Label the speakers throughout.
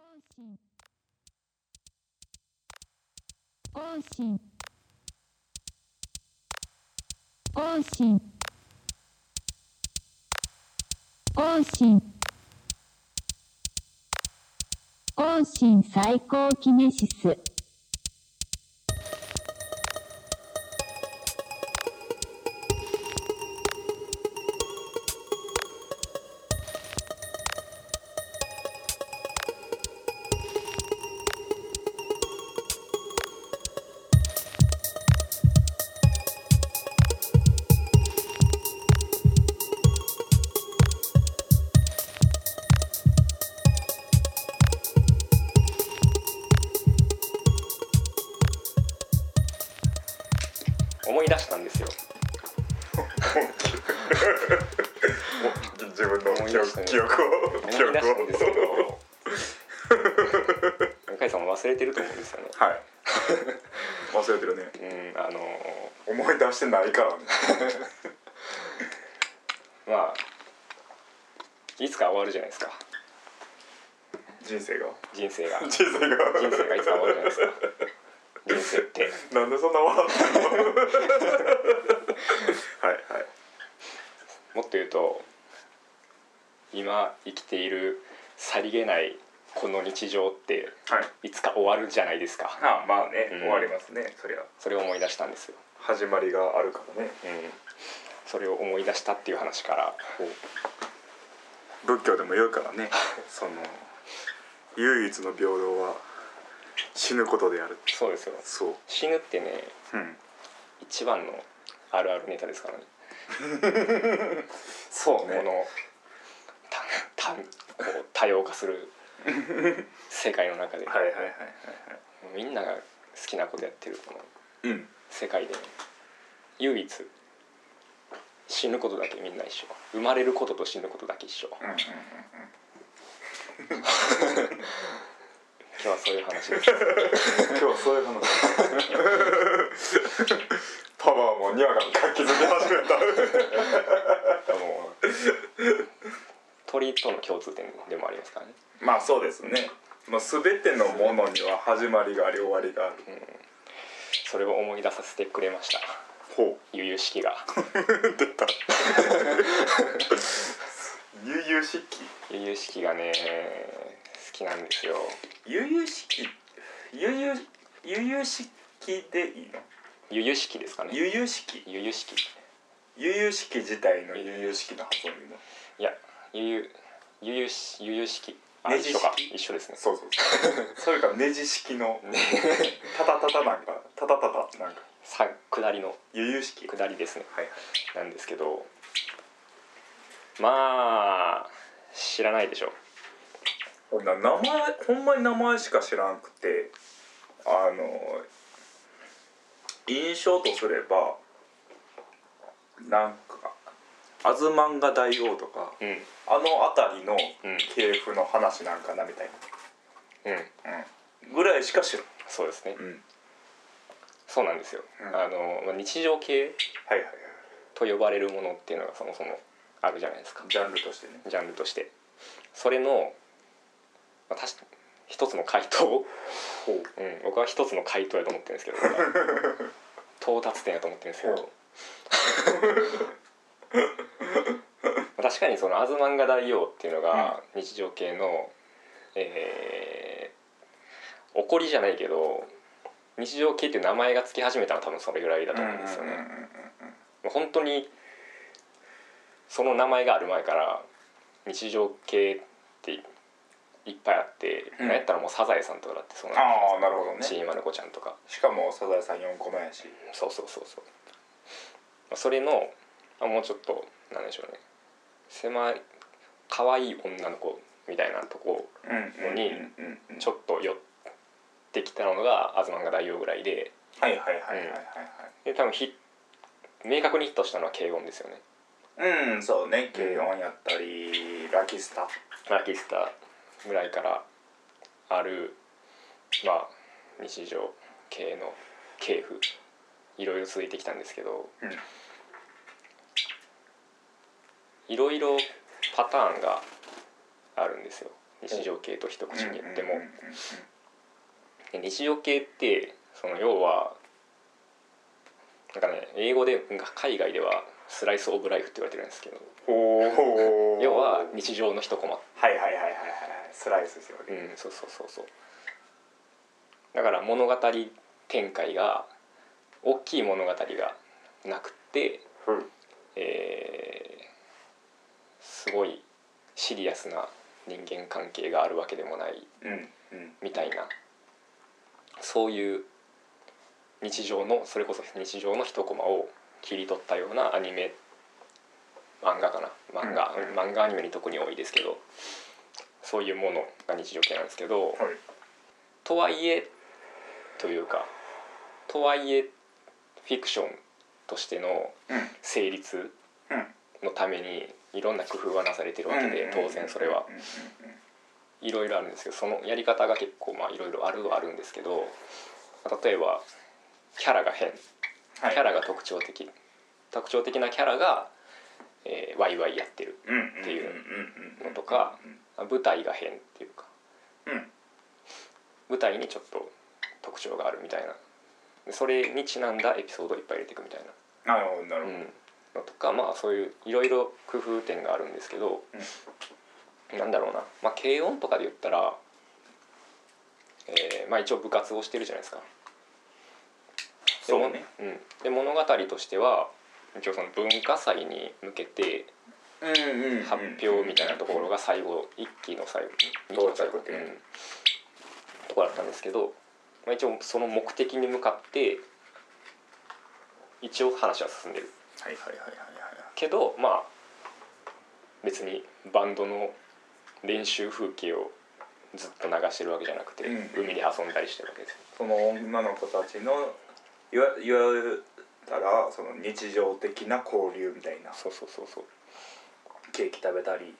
Speaker 1: 信更新更新更新更新最高キネシス
Speaker 2: 思い出したんですよ
Speaker 3: 自分の記憶記憶を
Speaker 2: 思い
Speaker 3: 記憶
Speaker 2: 出したんですけ
Speaker 3: を
Speaker 2: ど向井さんも忘れてると思うんですよね
Speaker 3: はい忘れてるね
Speaker 2: うんあの
Speaker 3: 思い出してないからね
Speaker 2: まあいつか終わるじゃないですか
Speaker 3: 人生が
Speaker 2: 人生が人
Speaker 3: 人生が
Speaker 2: 生がいつか終わるじゃないですか人生って
Speaker 3: なんでそんな笑ってんの はいはい
Speaker 2: もっと言うと今生きているさりげないこの日常って
Speaker 3: はい
Speaker 2: いつか終わるじゃないですか
Speaker 3: あまあね、
Speaker 2: うん
Speaker 3: 終わりますねそりゃ
Speaker 2: それを思い出したんですよ、
Speaker 3: 始まりがあるからね
Speaker 2: うん、それを思い出したっていう話から
Speaker 3: 仏教でも言うからねその唯一の平等は死ぬことである
Speaker 2: そうですよ
Speaker 3: そう
Speaker 2: 死ぬってね
Speaker 3: うん
Speaker 2: 一番のあるあるネタですからね
Speaker 3: そう
Speaker 2: このたたこう多様化する世界の中で、
Speaker 3: はいはいはいはい
Speaker 2: みんなが好きなことやってるこの
Speaker 3: うん
Speaker 2: 世界で、ね、唯一死ぬことだけみんな一緒生まれることと死ぬことだけ一緒今日はそういう話です
Speaker 3: 今日はそういう話パワーもにわかに活気づき始めた
Speaker 2: も鳥との共通点でもありますからね
Speaker 3: まあそうですね、まあ、全てのものには始まりがあり終わりがある、
Speaker 2: それを思い出させてくれました
Speaker 3: ほう
Speaker 2: 悠々しきが
Speaker 3: 出た悠々しき
Speaker 2: 悠々しきがね好きなんですよ
Speaker 3: 悠々しき悠々悠々しきでいいの
Speaker 2: 悠々しきですかね
Speaker 3: 悠々しき
Speaker 2: 悠々しき
Speaker 3: 悠々しき自体の悠々しきの発音でいいの
Speaker 2: いや悠々悠々し悠々しきあ
Speaker 3: ねじ
Speaker 2: 一緒
Speaker 3: 式
Speaker 2: か一緒ですね
Speaker 3: そうそう そうそれからネジ式のタタタタなんかタタタタなんか
Speaker 2: さ下りの
Speaker 3: 悠々しき
Speaker 2: 下りですね
Speaker 3: はいはい
Speaker 2: なんですけどまあ知らないでしょ
Speaker 3: 俺な名前ほんまに名前しか知らんくてあの印象とすればなんか「アズマンガ大王」とか
Speaker 2: うん
Speaker 3: あの辺りの
Speaker 2: うん
Speaker 3: 系譜の話なんかなみたい
Speaker 2: うん
Speaker 3: な、うん、ぐらいしか知らん、
Speaker 2: そうですね
Speaker 3: うん、
Speaker 2: そうなんですよ、
Speaker 3: うん
Speaker 2: あのまあ日常系
Speaker 3: はいはいはい
Speaker 2: と呼ばれるものっていうのがそもそもあるじゃないですか
Speaker 3: ジャンルとしてね
Speaker 2: ジャンルとしてそれの、まあ、確か一つの回答を
Speaker 3: ほう
Speaker 2: うん、僕は一つの回答やと思ってるん ですけどこれは到達点やと思ってるんですけ
Speaker 3: ほう
Speaker 2: ど確かにその「アズマンガ大王」っていうのが日常系の、えー怒りじゃないけど日常系っていう名前がつき始めたのは多分それぐらいだと思うんですよね。
Speaker 3: うんうんうん
Speaker 2: もう本当にその名前がある前から日常系っていっぱいあって、
Speaker 3: うん
Speaker 2: なんやったらもう「サザエさん」とかだってそうなん
Speaker 3: ああなるほど
Speaker 2: ち
Speaker 3: ね
Speaker 2: いまる子ちゃんとか
Speaker 3: しかも「サザエさん」4個前やし
Speaker 2: そうそうそうそうまあそれのあもうちょっとなんでしょうね狭い可愛い女の子みたいなとこ
Speaker 3: うんうん
Speaker 2: に
Speaker 3: うんうん
Speaker 2: ちょっと寄ってきたのが「アズマンガ大王」ぐらいで
Speaker 3: はいはいはいはいはい
Speaker 2: で多分ヒッ明確にヒットしたのは軽音ですよね
Speaker 3: はいうんそうね軽音やったりラキスタ
Speaker 2: ラキスタぐらいからあるまあ日常系の系譜いろいろ続いてきたんですけど
Speaker 3: うん
Speaker 2: いろいろパターンがあるんですよ日常系と一口に言っても
Speaker 3: うんうんうん
Speaker 2: で日常系ってその要はなんかね英語で海外ではスライス・オブ・ライフって言われてるんですけど
Speaker 3: うんほう
Speaker 2: 要は日常の一コマ
Speaker 3: はいはいはいはいはいスライスですよ
Speaker 2: う
Speaker 3: ね、
Speaker 2: んそうそうそうそうだから物語展開が大きい物語がなくって、
Speaker 3: うん
Speaker 2: えーすごいシリアスな人間関係があるわけでもない
Speaker 3: うんうん
Speaker 2: みたいなそういう日常のそれこそ日常の一コマを切り取ったようなアニメ漫画かな漫画、
Speaker 3: うん
Speaker 2: 漫画アニメに特に多いですけどそういうものが日常系なんですけど、
Speaker 3: はい
Speaker 2: とはいえというかとはいえフィクションとしての
Speaker 3: うん
Speaker 2: 成立のためにいろんな工夫がなされてるわ
Speaker 3: うん
Speaker 2: けで当然それは
Speaker 3: うんうん
Speaker 2: いろいろあるんですけどそのやり方が結構まあいろいろあるはあるんですけど例えばキャラが変
Speaker 3: はい
Speaker 2: キャラが特徴的、特徴的なキャラが、えーワイワイやってる
Speaker 3: って
Speaker 2: いうのとかあ舞台が変っていうか
Speaker 3: うん
Speaker 2: 舞台にちょっと特徴があるみたいなでそれにちなんだエピソードをいっぱい入れていくみたい
Speaker 3: なるほどなる
Speaker 2: な、
Speaker 3: ほ
Speaker 2: う
Speaker 3: ど
Speaker 2: ん、のとかまあそういういろいろ工夫点があるんですけど、なんだろうな、まあ、軽音とかで言ったら、えーまあ、一応部活をしてるじゃないですか。で
Speaker 3: そうね
Speaker 2: もうん、で物語としては一応その文化祭に向けて発表みたいなところが最後一期の最後二期の最後
Speaker 3: 到着点
Speaker 2: うんところだったんですけど、まあ、一応その目的に向かって一応話は進んでる
Speaker 3: はいはいはいは
Speaker 2: けどまあ別にバンドの練習風景をずっと流してるわけじゃなくて、
Speaker 3: うん
Speaker 2: 海で遊んだりしてるわけです。
Speaker 3: いその女の子たちのいわいわゆたらその日常的な交流みたいな
Speaker 2: そうそうそうそう。
Speaker 3: ケーキ食べたり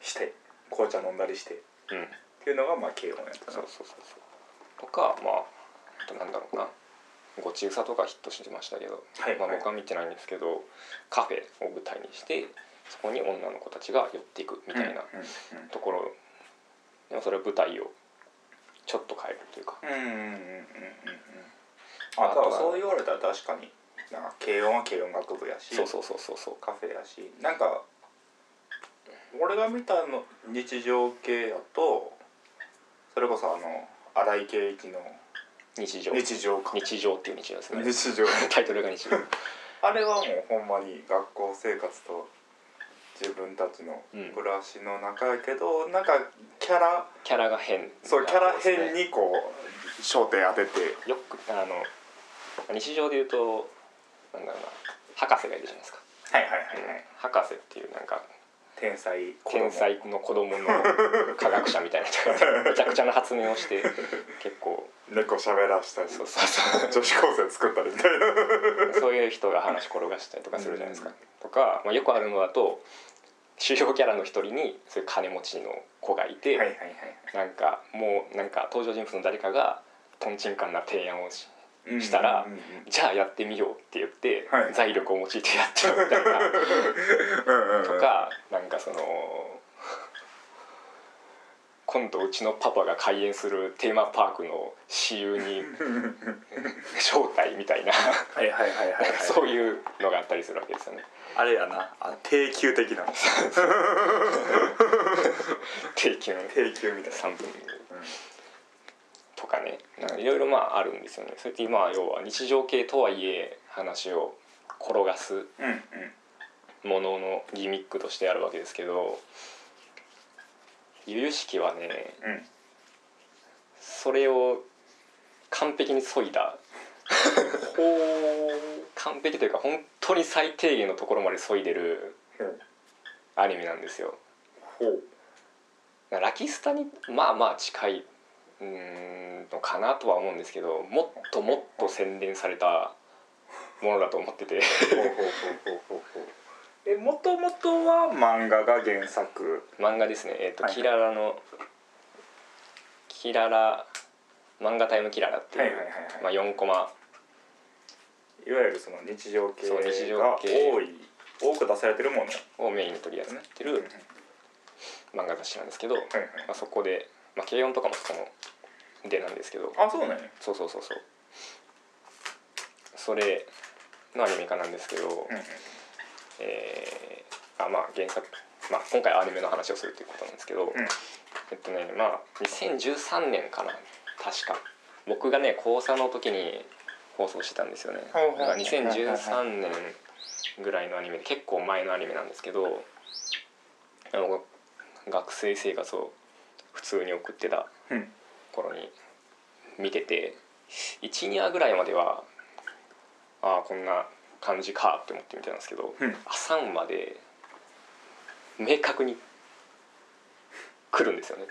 Speaker 3: して紅茶飲んだりしてっ
Speaker 2: うん
Speaker 3: ていうのがまあ基本やったな
Speaker 2: そうそうそうそうとかまああとなんだろうな「ごちうさ」とかヒットしてましたけど、
Speaker 3: はい
Speaker 2: まあ、
Speaker 3: はい
Speaker 2: 僕は見てないんですけどカフェを舞台にしてそこに女の子たちが寄っていくみたいなところ、でもそれは舞台をちょっと変えるというか、
Speaker 3: うんうんうんうんうんうんあとはそう言われたら確かになんか軽音は軽音楽部やし
Speaker 2: そうそうそうそうそう
Speaker 3: カフェやしなんか俺が見たの日常系やとそれこそあの荒井圭一の
Speaker 2: 日常
Speaker 3: 日常か
Speaker 2: 日常っていう日常ですね
Speaker 3: 日常
Speaker 2: タイトルが日常
Speaker 3: あれはもうほんまに学校生活と自分たちの
Speaker 2: うん
Speaker 3: 暮らしの中やけど、なんかキャラ
Speaker 2: キャラが変
Speaker 3: そうキャラ
Speaker 2: な
Speaker 3: 変
Speaker 2: んですね
Speaker 3: にこう焦点当てて
Speaker 2: よくあの日常で言うとなんだろうな博士がいるじゃないですか、
Speaker 3: はいは
Speaker 2: うん博士っていうなんか
Speaker 3: 天才子供
Speaker 2: 天才の子供 の科学者みたいな人がめちゃくちゃな発明を して結構
Speaker 3: 猫喋らしたり
Speaker 2: そうそうそ
Speaker 3: 女子高生作ったりみたいな
Speaker 2: うそういう人が話転がしたりとかするじゃないですか。とか、まあ、よくあるのだと主要キャラの一人にそういう金持ちの子がいて、
Speaker 3: はいはい
Speaker 2: なんかもうなんか登場人物の誰かがとんちんかんな提案をし
Speaker 3: はい
Speaker 2: したら
Speaker 3: うんうんうんうん
Speaker 2: じゃあやってみようって言って、
Speaker 3: はい
Speaker 2: 財力を用いてやっちゃうみたいな。
Speaker 3: うんうん
Speaker 2: とかなんかその今度うちのパパが開園するテーマパークの私有に招待みたいな
Speaker 3: はいはいはいはい、はい、
Speaker 2: そういうのがあったりするわけですよね
Speaker 3: あれやなあ定休的な
Speaker 2: 定休
Speaker 3: 定休みたいな
Speaker 2: 3分とかねなんかいろいろまああるんですよねそれってまあ要は日常系とはいえ話を転がす
Speaker 3: うんうん
Speaker 2: もののギミックとしてあるわけですけど由々しきはね
Speaker 3: うん
Speaker 2: それを完璧に削いだ完璧というか本当に最低限のところまで削いでるアニメなんですよ
Speaker 3: ほう
Speaker 2: ラキスタにまあまあ近いうーんのかなとは思うんですけどもっともっと洗練されたものだと思ってて
Speaker 3: ほうほうほうほうほうほうえもともとは漫画が原作
Speaker 2: 漫画ですねえっ、と、
Speaker 3: はいは
Speaker 2: キ
Speaker 3: い
Speaker 2: ララのキララ漫画タイムキララっていう、
Speaker 3: はいはいはいはい
Speaker 2: まあ、4コマ
Speaker 3: いわゆるその日常系
Speaker 2: そう日常
Speaker 3: が
Speaker 2: 系
Speaker 3: 多い多く出されてるもの
Speaker 2: をメインに取り扱ってる漫画雑誌なんですけど、ま
Speaker 3: はい
Speaker 2: あ、そこで、まあ、軽音とかもそこのでなんですけど
Speaker 3: はいあそうなんや
Speaker 2: そうそうそうそうそれのアニメ化なんですけど、
Speaker 3: うんうん
Speaker 2: えーあまあ原作、まあ、今回アニメの話をするということなんですけど、
Speaker 3: ん
Speaker 2: えっとねまあ2013年かな確か僕がね高3の時に放送してたんですよね
Speaker 3: はいはい
Speaker 2: だから2013年ぐらいのアニメで結構前のアニメなんですけどあの学生生活を普通に送ってた
Speaker 3: うん
Speaker 2: 頃に見てて12話ぐらいまではああこんな感じかって思って見てたんですけど、
Speaker 3: うん
Speaker 2: 朝まで明確に来るん ですよね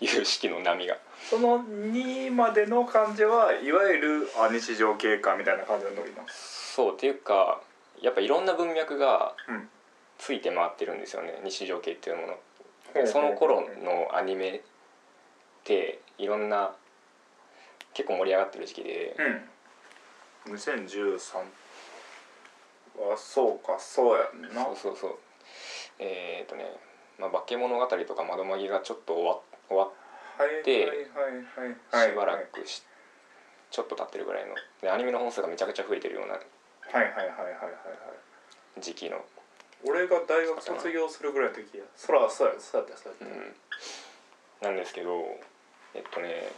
Speaker 2: 有識の波が
Speaker 3: その2までの感じはいわゆるあ日常経過みたいな感じのノリなんです
Speaker 2: そうっていうかやっぱいろんな文脈が
Speaker 3: うん
Speaker 2: ついて回ってるんですよね日常系っていうものその頃のアニメっていろんな結構盛り上がってる時期で、
Speaker 3: うん2013はそうかそうやんな
Speaker 2: そうそうそうえーっとね、まあ、化け物語とか窓マギがちょっと終わ終わっ
Speaker 3: はいはい
Speaker 2: で
Speaker 3: はいはい
Speaker 2: しばらくし、ちょっと経ってるぐらいのでアニメの本数がめちゃくちゃ増えてるような
Speaker 3: はいはいはいはいはいはい
Speaker 2: 時期の、
Speaker 3: 俺が大学卒業するぐらいの時やそらそうやそうやったそう
Speaker 2: う
Speaker 3: やっ
Speaker 2: ん、なんですけどえっとね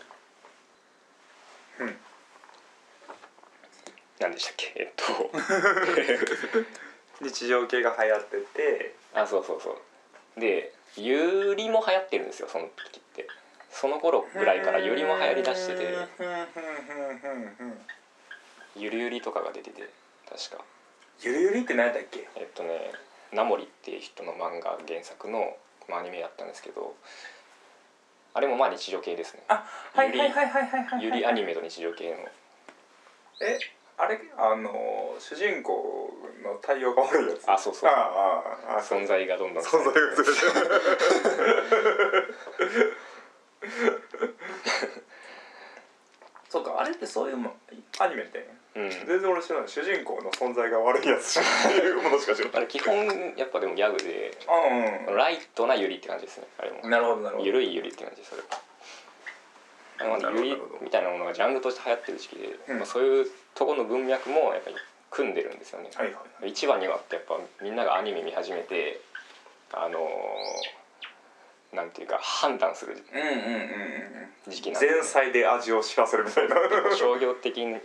Speaker 3: たうん
Speaker 2: 何でしたっけえっ と
Speaker 3: 日常系が流行ってて
Speaker 2: あそうそうそうでユリも流行ってるんですよその時ってその頃ぐらいからユリも流行りだしてて
Speaker 3: ふんふんふんふんふん
Speaker 2: ゆりゆりとかが出てて確か
Speaker 3: ゆるゆりって何やったっけ
Speaker 2: えっとねナモリっていう人の漫画原作の、まあ、アニメやったんですけどあれもまあ日常系ですね
Speaker 3: あはいはいはいはいはいはい
Speaker 2: ゆりアニメと日常系の
Speaker 3: えあれあの主人公の対応が悪いやつ
Speaker 2: あそうそう
Speaker 3: あああ
Speaker 2: 存在がどんどん
Speaker 3: 存在がずれてるそうかあれってそういうもんアニメみたいな
Speaker 2: うん
Speaker 3: 全然俺知らない主人公の存在が悪いやつっていうものしか知ら
Speaker 2: あ
Speaker 3: ない
Speaker 2: れ基本やっぱでもギャグで
Speaker 3: あ
Speaker 2: ライトなゆりって感じですねあれも
Speaker 3: うんなるほどなるほど
Speaker 2: ゆるいゆりって感じそれは
Speaker 3: なるほ
Speaker 2: ゆ
Speaker 3: ど
Speaker 2: り
Speaker 3: なるほど
Speaker 2: みたいなものがジャンルとして流行ってる時期で、
Speaker 3: うん
Speaker 2: まあ、そういうとこの文脈もやっぱり組んでるんですよね、
Speaker 3: はいはいはい
Speaker 2: 一話に話ってやっぱみんながアニメ見始めてあのーなんていうか判断する
Speaker 3: うんうんうんうん
Speaker 2: 時期なんで
Speaker 3: 前菜で味を知らせるみたいな
Speaker 2: 商業的に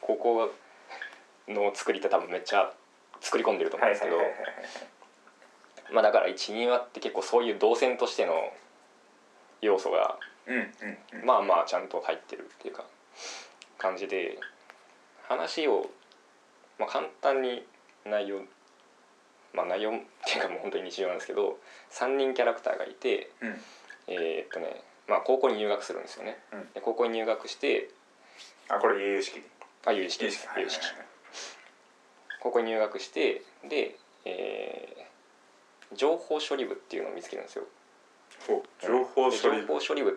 Speaker 2: ここの作りって多分めっちゃ作り込んでると思うんですけど、まあだから12話って結構そういう動線としての要素が
Speaker 3: うんうんうん
Speaker 2: まあまあちゃんと入ってるっていうか感じで話を、まあ、簡単に内容まあ内容っていうかもう本当に日常なんですけど3人キャラクターがいて
Speaker 3: うん
Speaker 2: えーっとねまあ高校に入学するんですよね、
Speaker 3: うん
Speaker 2: で高校に入学して
Speaker 3: あこれ有識
Speaker 2: あ有識です有識高校に入学してで、えー情報処理部っていうのを見つけるんですよ
Speaker 3: お情報処
Speaker 2: で
Speaker 3: 理
Speaker 2: 情報処理部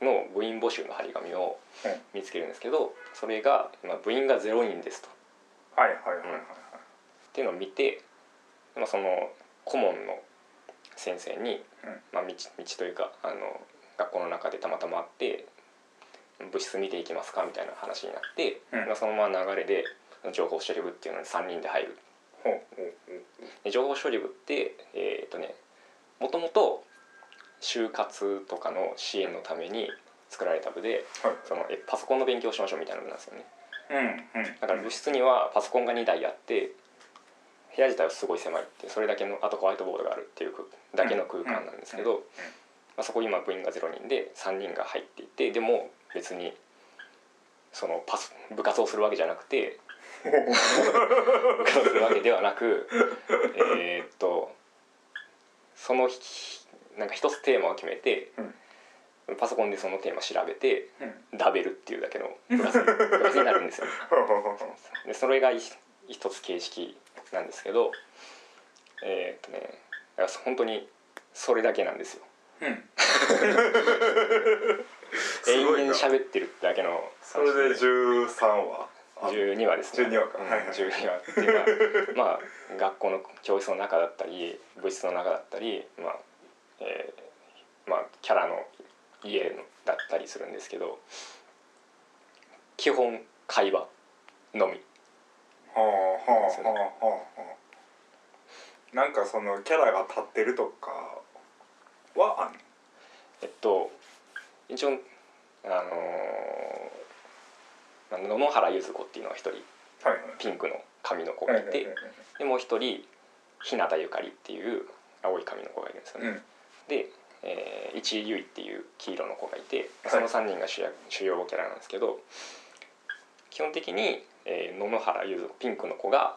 Speaker 2: の部員募集の張り紙を
Speaker 3: うん
Speaker 2: 見つけるんですけど、それが、まあ、部員が0人ですとっ
Speaker 3: はいはいはいはい
Speaker 2: ていうのを見て、まあ、その顧問の先生に、
Speaker 3: うん
Speaker 2: まあ、道道というかあの学校の中でたまたま会って部室見ていきますかみたいな話になって、
Speaker 3: うん
Speaker 2: まあ、そのまま流れで情報処理部っていうのに3人で入る
Speaker 3: ほうほうほう
Speaker 2: で情報処理部ってえーっとねもともと就活とかの支援のために作られた部で
Speaker 3: はい
Speaker 2: そのえパソコンの勉強しましょうみたいな部なんですよね
Speaker 3: うんうん
Speaker 2: だから部室にはパソコンが2台あって部屋自体はすごい狭いっていうそれだけのあとホワイトボードがあるっていうだけの空間なんですけど、
Speaker 3: うんうん
Speaker 2: まあ、そこ今部員が0人で3人が入っていてでも別にそのパス部活をするわけじゃなくて部活をするわけではなくえーっとその日なんか一つテーマを決めて、パソコンでそのテーマ調べて
Speaker 3: うん
Speaker 2: ダベルっていうだけのクラスにクラスになるんですよね
Speaker 3: ほうほうほうほう
Speaker 2: でそれが一一つ形式なんですけどえーっとねだから本当にそれだけなんですよ
Speaker 3: うんす
Speaker 2: 永
Speaker 3: ごい
Speaker 2: 遠
Speaker 3: な
Speaker 2: 喋ってるだけの
Speaker 3: それで13話あ
Speaker 2: 12話ですね
Speaker 3: 12話か
Speaker 2: うん
Speaker 3: はいはい
Speaker 2: 12話っていうのはまあ学校の教室の中だったり部室の中だったり、まあ、えーまあ、キャラの家だったりするんですけど基本会話のみ
Speaker 3: はあはあはあはあはあなんかそのキャラが立ってるとかはあんの
Speaker 2: えっと一応あのー野々原ゆず子っていうのが一人
Speaker 3: はい
Speaker 2: ピンクの髪の子
Speaker 3: は
Speaker 2: が
Speaker 3: い
Speaker 2: いてでもう一人日向ゆかりっていう青い髪の子がいるんですよね。
Speaker 3: うん
Speaker 2: で、えー、一井優衣っていう黄色の子がいて
Speaker 3: はい
Speaker 2: その3人が主役主要キャラなんですけど基本的に、えー野々原ゆずピンクの子が、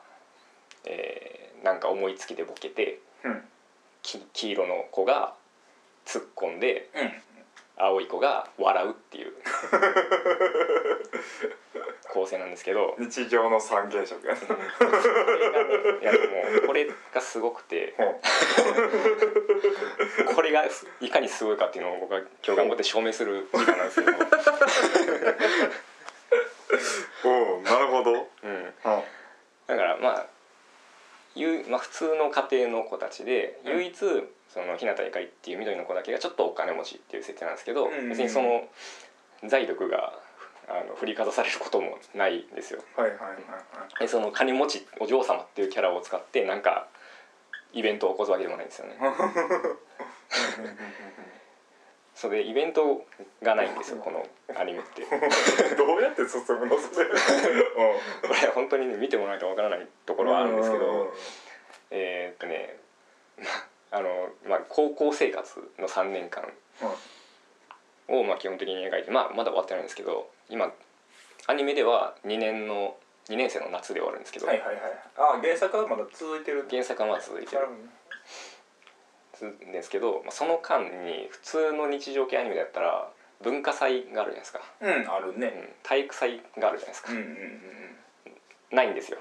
Speaker 2: えーなんか思いつきでボケて
Speaker 3: うん
Speaker 2: き黄色の子が突っ込んで
Speaker 3: うん
Speaker 2: 青い子が笑うっていう構成なんですけど。
Speaker 3: 日常の三原色やね
Speaker 2: うんこれがねいやでもこれがすごくて
Speaker 3: ほう
Speaker 2: これがいかにすごいかっていうのを僕は今日頑張って証明する時間なんですけど、
Speaker 3: おうなるほど
Speaker 2: うん、
Speaker 3: は
Speaker 2: だからまあゆうまあ、普通の家庭の子たちで
Speaker 3: うん
Speaker 2: 唯一その日向ゆかりっていう緑の子だけがちょっとお金持ちっていう設定なんですけど
Speaker 3: うんうんうん
Speaker 2: 別にその財力があの振りかざされることもないんですよ。
Speaker 3: あはいはいはいはい
Speaker 2: でその金持ちお嬢様っていうキャラを使ってなんかイベントを起こすわけでもないんですよね。それでイベントがないんですよこのアニメって。
Speaker 3: どうやって進むのそれ
Speaker 2: これ本当にね見てもらわないとわからないところはあるんですけど。えーっとね まあの、まあ、高校生活の3年間をまあ基本的に描いて、まあ、まだ終わってないんですけど今アニメでは2年の2年生の夏で終わるんですけど、
Speaker 3: はいはいはいあ原作はまだ続いてる
Speaker 2: 原作はまだ続いてるんですけど、まあ、その間に普通の日常系アニメだったら文化祭があるじゃないですか、
Speaker 3: うんある
Speaker 2: う
Speaker 3: ね
Speaker 2: ん、体育祭があるじゃないですか
Speaker 3: う、んうんうん
Speaker 2: ないんですよ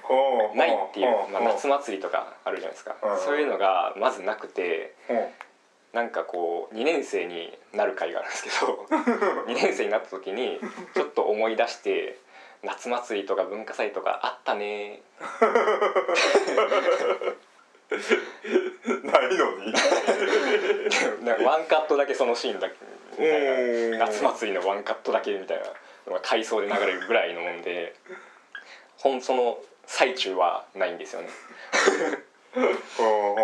Speaker 3: ほう
Speaker 2: ないっていう、まあ、夏
Speaker 3: の
Speaker 2: 祭りとかあるじゃないですか、
Speaker 3: うん
Speaker 2: そういうのがまずなくて。なんかこう2年生になる回があるんですけど2 年生になった時にちょっと思い出して夏祭りとか文化祭とかあったね
Speaker 3: ないのに
Speaker 2: なんかワンカットだけそのシーンだけみたいな
Speaker 3: おー
Speaker 2: 夏祭りのワンカットだけみたいなのが回想で流れるぐらいのもんでほんその最中はないんですよね
Speaker 3: ほうほうほ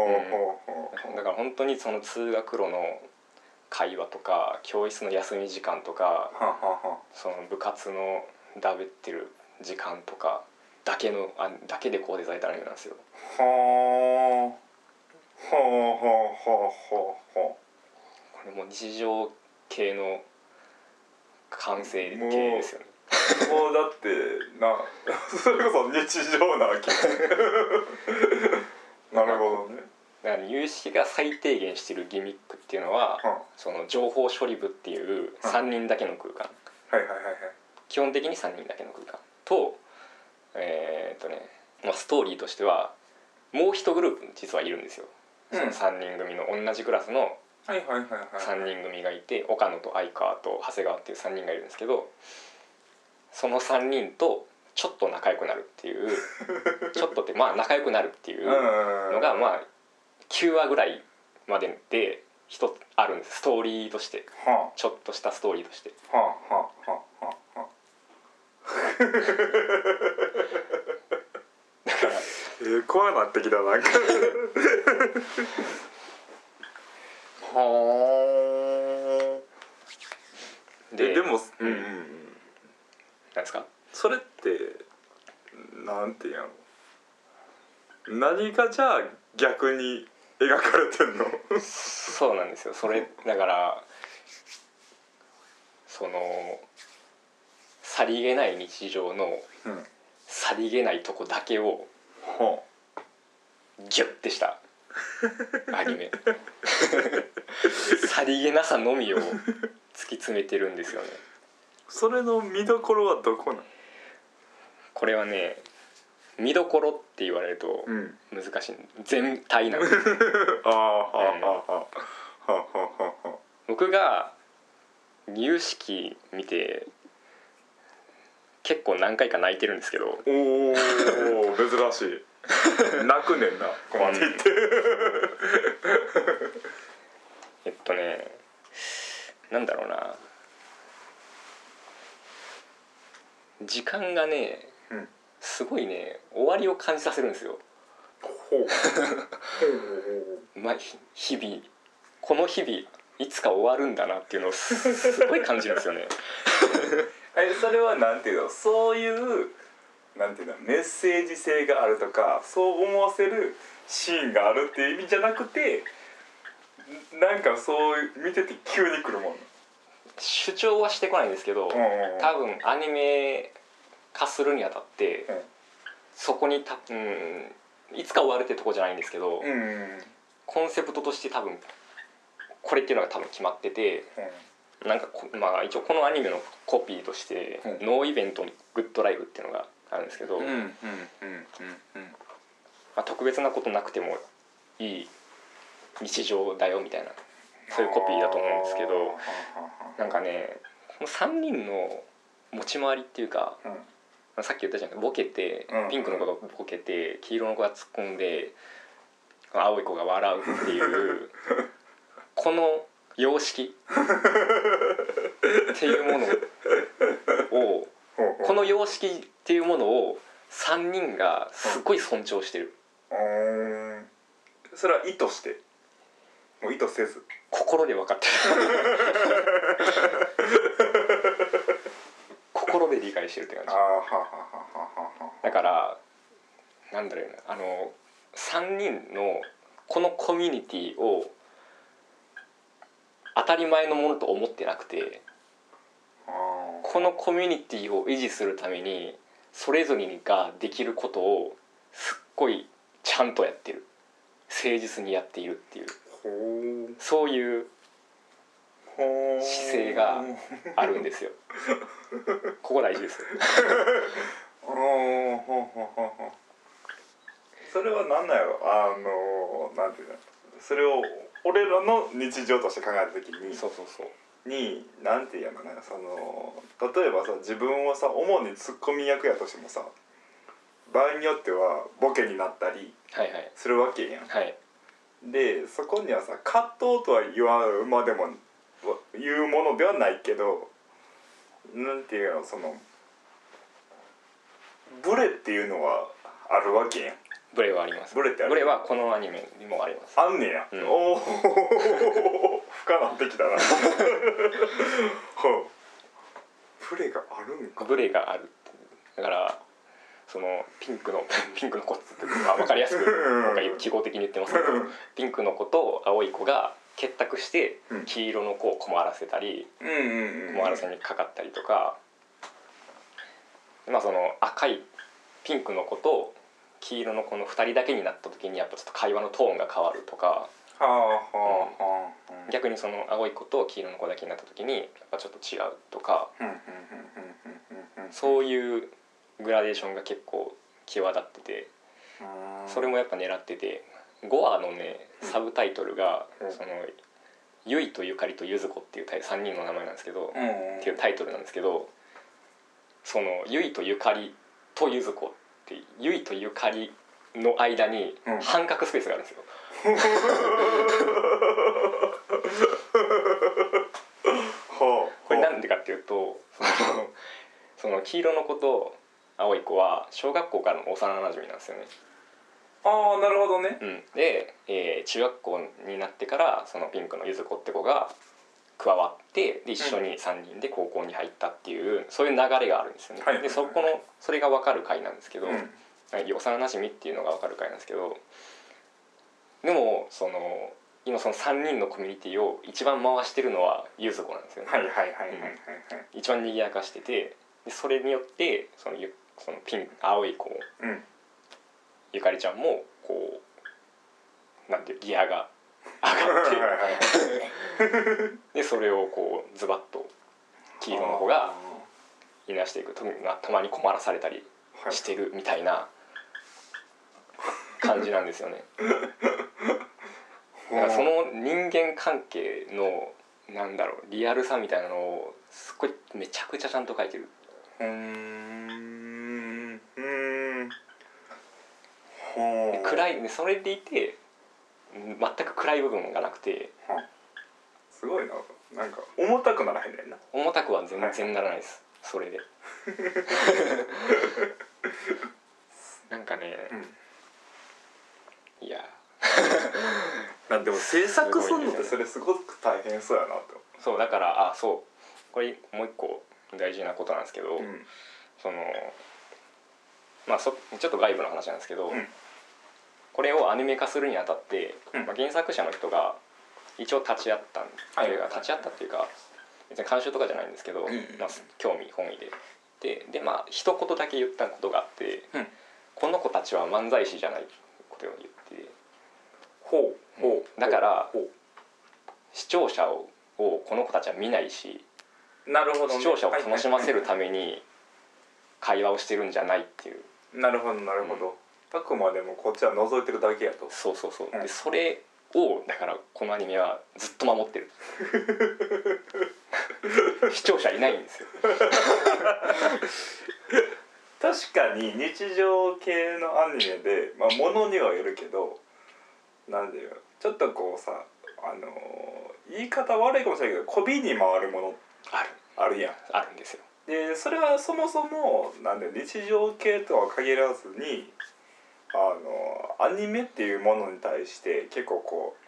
Speaker 3: うほう
Speaker 2: だから本当にその通学路の会話とか教室の休み時間とか
Speaker 3: ははは
Speaker 2: その部活のだべってる時間とかだけのあだけでこうデザインだらけなんですよ
Speaker 3: はあはあはあは
Speaker 2: これもう日常系の完成形ですよね
Speaker 3: あもうだってなそれこそ日常なわけなるほどね
Speaker 2: だから入試が最低限してるギミックっていうのは、
Speaker 3: うん
Speaker 2: その情報処理部っていう3人だけの空間、
Speaker 3: はいはいはい
Speaker 2: 基本的に3人だけの空間とえーっとね、まあ、ストーリーとしてはもう一グループ実はいるんですよ、その3人組の同じクラスの
Speaker 3: はいはいはいはいはい
Speaker 2: 3人組がいて岡野と相川と長谷川っていう3人がいるんですけどその3人とちょっと仲良くなるっていう ちょっとってまあ仲良くなるっていう
Speaker 3: うん
Speaker 2: のがまあ9話ぐらいまでで一つあるんですストーリーとして
Speaker 3: は
Speaker 2: ちょっとしたストーリーとして
Speaker 3: あはあはあはあはあはあ
Speaker 2: だから
Speaker 3: えー、怖なってきたなんかはあ
Speaker 2: で
Speaker 3: ででも、
Speaker 2: う
Speaker 3: うんん
Speaker 2: う
Speaker 3: うん
Speaker 2: う
Speaker 3: ん
Speaker 2: なんですか
Speaker 3: それってなんていうんやろ何がじゃあ逆に描かれてんの
Speaker 2: そうなんですよそれだからそのさりげない日常の
Speaker 3: うん
Speaker 2: さりげないとこだけを
Speaker 3: は
Speaker 2: ギュッてしたアニメ さりげなさのみを突き詰めてるんですよね
Speaker 3: それの見どころはどこなの
Speaker 2: これはね見どころって言われると
Speaker 3: うん
Speaker 2: 難しい、全体なんです
Speaker 3: ああはあはあはあはあはあは
Speaker 2: 僕が入試期見て結構何回か泣いてるんですけど
Speaker 3: おお 珍しい泣くねんなここまで言って
Speaker 2: えっとねなんだろうな時間がね
Speaker 3: うん
Speaker 2: すごいね終わりを感じさせるんですよ、
Speaker 3: ほうほうほうほう
Speaker 2: まあ、ひ日々この日々いつか終わるんだなっていうのを すすごい感じるんですよね
Speaker 3: えそれはなんていうのそういうなんていうのメッセージ性があるとかそう思わせるシーンがあるっていう意味じゃなくてんなんかそういう見てて急に来るもん
Speaker 2: 主張はしてこないんですけど、
Speaker 3: うんうん
Speaker 2: 多分アニメ化するにあたって、
Speaker 3: うん
Speaker 2: そこにた、うん、いつか終わるってとこじゃないんですけど、
Speaker 3: うんうんうん
Speaker 2: コンセプトとして多分これっていうのが多分決まっててなんかこまあ一応このアニメのコピーとして
Speaker 3: う
Speaker 2: 「
Speaker 3: ん
Speaker 2: ノーイベントグッドライフ」っていうのがあるんですけど、
Speaker 3: うんうんう
Speaker 2: ま
Speaker 3: んうん
Speaker 2: あ、特別なことなくてもいい日常だよみたいなそういうコピーだと思うんですけどなんかねこの3人の持ち回りっていうか
Speaker 3: うん
Speaker 2: さっき言ったじゃないボケて
Speaker 3: うん
Speaker 2: ピンクの子がボケて黄色の子が突っ込んで青い子が笑うっていう この様式っていうものを
Speaker 3: ほうほう
Speaker 2: この様式っていうものを3人がすごい尊重してる
Speaker 3: うーんそれは意図してもう意図せず
Speaker 2: 心で分かって る心で理解してるって感じ
Speaker 3: あーははははは
Speaker 2: だからなんだろうなあの3人のこのコミュニティを当たり前のものと思ってなくて
Speaker 3: あ
Speaker 2: このコミュニティを維持するためにそれぞれができることをすっごいちゃんとやってる誠実にやっているっていう
Speaker 3: ーほう
Speaker 2: そういう
Speaker 3: ほう
Speaker 2: 姿勢があるんです よここ大事ですよ
Speaker 3: おーほうほうほうほうそれは何なんやろあのなんていうのそれを俺らの日常として考えた時に
Speaker 2: そうそうそう
Speaker 3: になんていうのかなその例えばさ自分をさ主にツッコミ役やとしてもさ場合によってはボケになったり
Speaker 2: はいはい
Speaker 3: するわけやん。
Speaker 2: はい
Speaker 3: でそこにはさ葛藤とは言わうまでもわ言うものではないけどなんていうのそのブレっていうのはあるわけやん
Speaker 2: ブレはあります
Speaker 3: ブレってある
Speaker 2: ブレはこのアニメにもあります
Speaker 3: あんねや、
Speaker 2: うん
Speaker 3: おお深なってきた なほうブレがあるんか
Speaker 2: ブレがあるっていうだからそのピンクの ピンクの子っつってまあ分かりやすく
Speaker 3: うん
Speaker 2: なんか記号的に言ってますけどピンクの子と青い子が結託して
Speaker 3: うん
Speaker 2: 黄色の子を困らせたり
Speaker 3: うんうんうん
Speaker 2: 困らせにかかったりとか、まあその赤いピンクの子と黄色の子の2人だけになった時にやっぱちょっと会話のトーンが変わるとか
Speaker 3: はあはあはあ、うん
Speaker 2: 逆にその青い子と黄色の子だけになった時にやっぱちょっと違うとか
Speaker 3: うんうんうんうんうんうん
Speaker 2: そういうグラデーションが結構際立ってて。
Speaker 3: うん
Speaker 2: それもやっぱ狙ってて5話のねサブタイトルが「
Speaker 3: うん
Speaker 2: そのゆいとゆかりとゆず子」っていう3人の名前なんですけど、
Speaker 3: うんうん
Speaker 2: っていうタイトルなんですけどその「ゆいとゆかりとゆず子」ってゆいとゆかりの間に
Speaker 3: うん
Speaker 2: 半角スペースがあるんですよ。
Speaker 3: はあ
Speaker 2: これなんでかっていうとそのその黄色の子と青い子は小学校からの幼なじみなんですよね。
Speaker 3: ああなるほどね
Speaker 2: うん、で、えー中学校になってからそのピンクのゆず子って子が加わってで一緒に3人で高校に入ったっていう、そういう流れがあるんですよね。
Speaker 3: はい
Speaker 2: でそこのそれが分かる回なんですけど、
Speaker 3: うん
Speaker 2: 幼なじみっていうのが分かる回なんですけどでもその今その3人のコミュニティを一番回してるのはゆず子なんですよね。
Speaker 3: はいはいはいはいはいはい
Speaker 2: 一番賑やかしててでそれによってそのゆそのピン青い子
Speaker 3: うん
Speaker 2: ゆかりちゃんもこうなんていうギアが上がっ
Speaker 3: は
Speaker 2: て
Speaker 3: いはいはい
Speaker 2: でそれをこうズバッと黄色の子がいなしていくとまあたまに困らされたり
Speaker 3: はい
Speaker 2: してるみたいな感じなんですよね。だからその人間関係のなんだろうリアルさみたいなのをすっごいめちゃくちゃちゃんと書いてる。
Speaker 3: うーんうーんほ
Speaker 2: で
Speaker 3: う
Speaker 2: 暗いでそれでいて全く暗い部分がなくて
Speaker 3: すごいななんか重たくならへんねんな
Speaker 2: 重たくは全然ならないです、それで なんかね、いや
Speaker 3: なんでも制作するのってそれすごく大変そうやなと
Speaker 2: そうだからあそうこれもう一個大事なことなんですけど、
Speaker 3: 思う、うん
Speaker 2: そのまあそちょっと外部の話なんですけど、
Speaker 3: うん
Speaker 2: これをアニメ化するにあたって、
Speaker 3: うん
Speaker 2: まあ、原作者の人が一応立ち会ったん
Speaker 3: はい
Speaker 2: というか立ち会ったっていうか別に監修とかじゃないんですけど、
Speaker 3: んうん
Speaker 2: まあ、興味本位で。ででまあ一言だけ言ったことがあって、
Speaker 3: うん
Speaker 2: この子たちは漫才師じゃないことを言って
Speaker 3: ほうほう
Speaker 2: だから
Speaker 3: ほ
Speaker 2: 視聴者ををこの子たちは見ないし
Speaker 3: うなるほど、ね、
Speaker 2: 視聴者を楽しませる
Speaker 3: め、
Speaker 2: ために会話をしてるんじゃないっていう
Speaker 3: なるほどなるほど、あくまでもこっちは覗いてるだけやと
Speaker 2: そうそうそう、
Speaker 3: うん
Speaker 2: でそれをだからこのアニメはずっと守ってる 視聴者いないんですよ
Speaker 3: 確かに日常系のアニメで、まあ、ものにはよるけどなんでよちょっとこうさあのー言い方悪いかもしれないけどこびに回るもの
Speaker 2: ある
Speaker 3: あるやん
Speaker 2: あるんですよ
Speaker 3: でそれはそもそもなんだよ日常系とは限らずにあのアニメっていうものに対して結構こう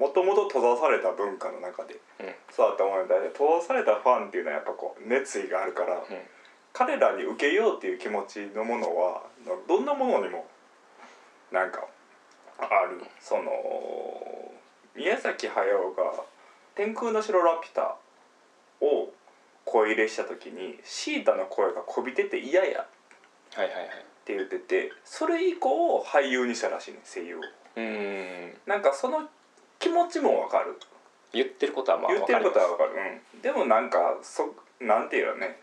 Speaker 3: もともと閉ざされた文化の中で
Speaker 2: うんうん
Speaker 3: そうだったものに対して閉ざされたファンっていうのはやっぱこう熱意があるから、彼らに受けようっていう気持ちのものはどんなものにもなんかあるその宮崎駿が「天空の城ラピュタ」を声入れした時にシータの声がこびてて嫌やっ
Speaker 2: はいはいはい
Speaker 3: て言っててそれ以降俳優にしたらしいね声優を
Speaker 2: うーん
Speaker 3: なんかその気持ちもわかる
Speaker 2: 言ってることはまあ
Speaker 3: 言ってることは
Speaker 2: わ
Speaker 3: わかる、うん、でもなんかそなんていうのね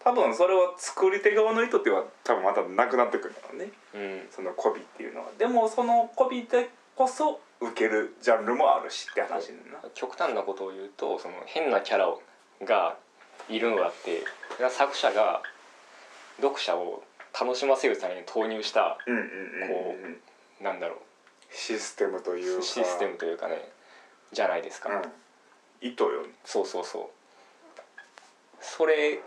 Speaker 3: 多分それは作り手側の意図っていうのは多分またなくなってくるからね
Speaker 2: かります
Speaker 3: その媚びっていうのはでもその媚びでこそ受けるジャンルもあるしって話だな
Speaker 2: うん、極端なことを言うとその変なキャラをがいるのだってそれは作者が読者を楽しませるために投入した
Speaker 3: うんうん
Speaker 2: こ
Speaker 3: うんうん
Speaker 2: なんだろ
Speaker 3: システムという
Speaker 2: う
Speaker 3: か
Speaker 2: システムというかねじゃないですか、
Speaker 3: うん、意図よね
Speaker 2: そうそうそうそれ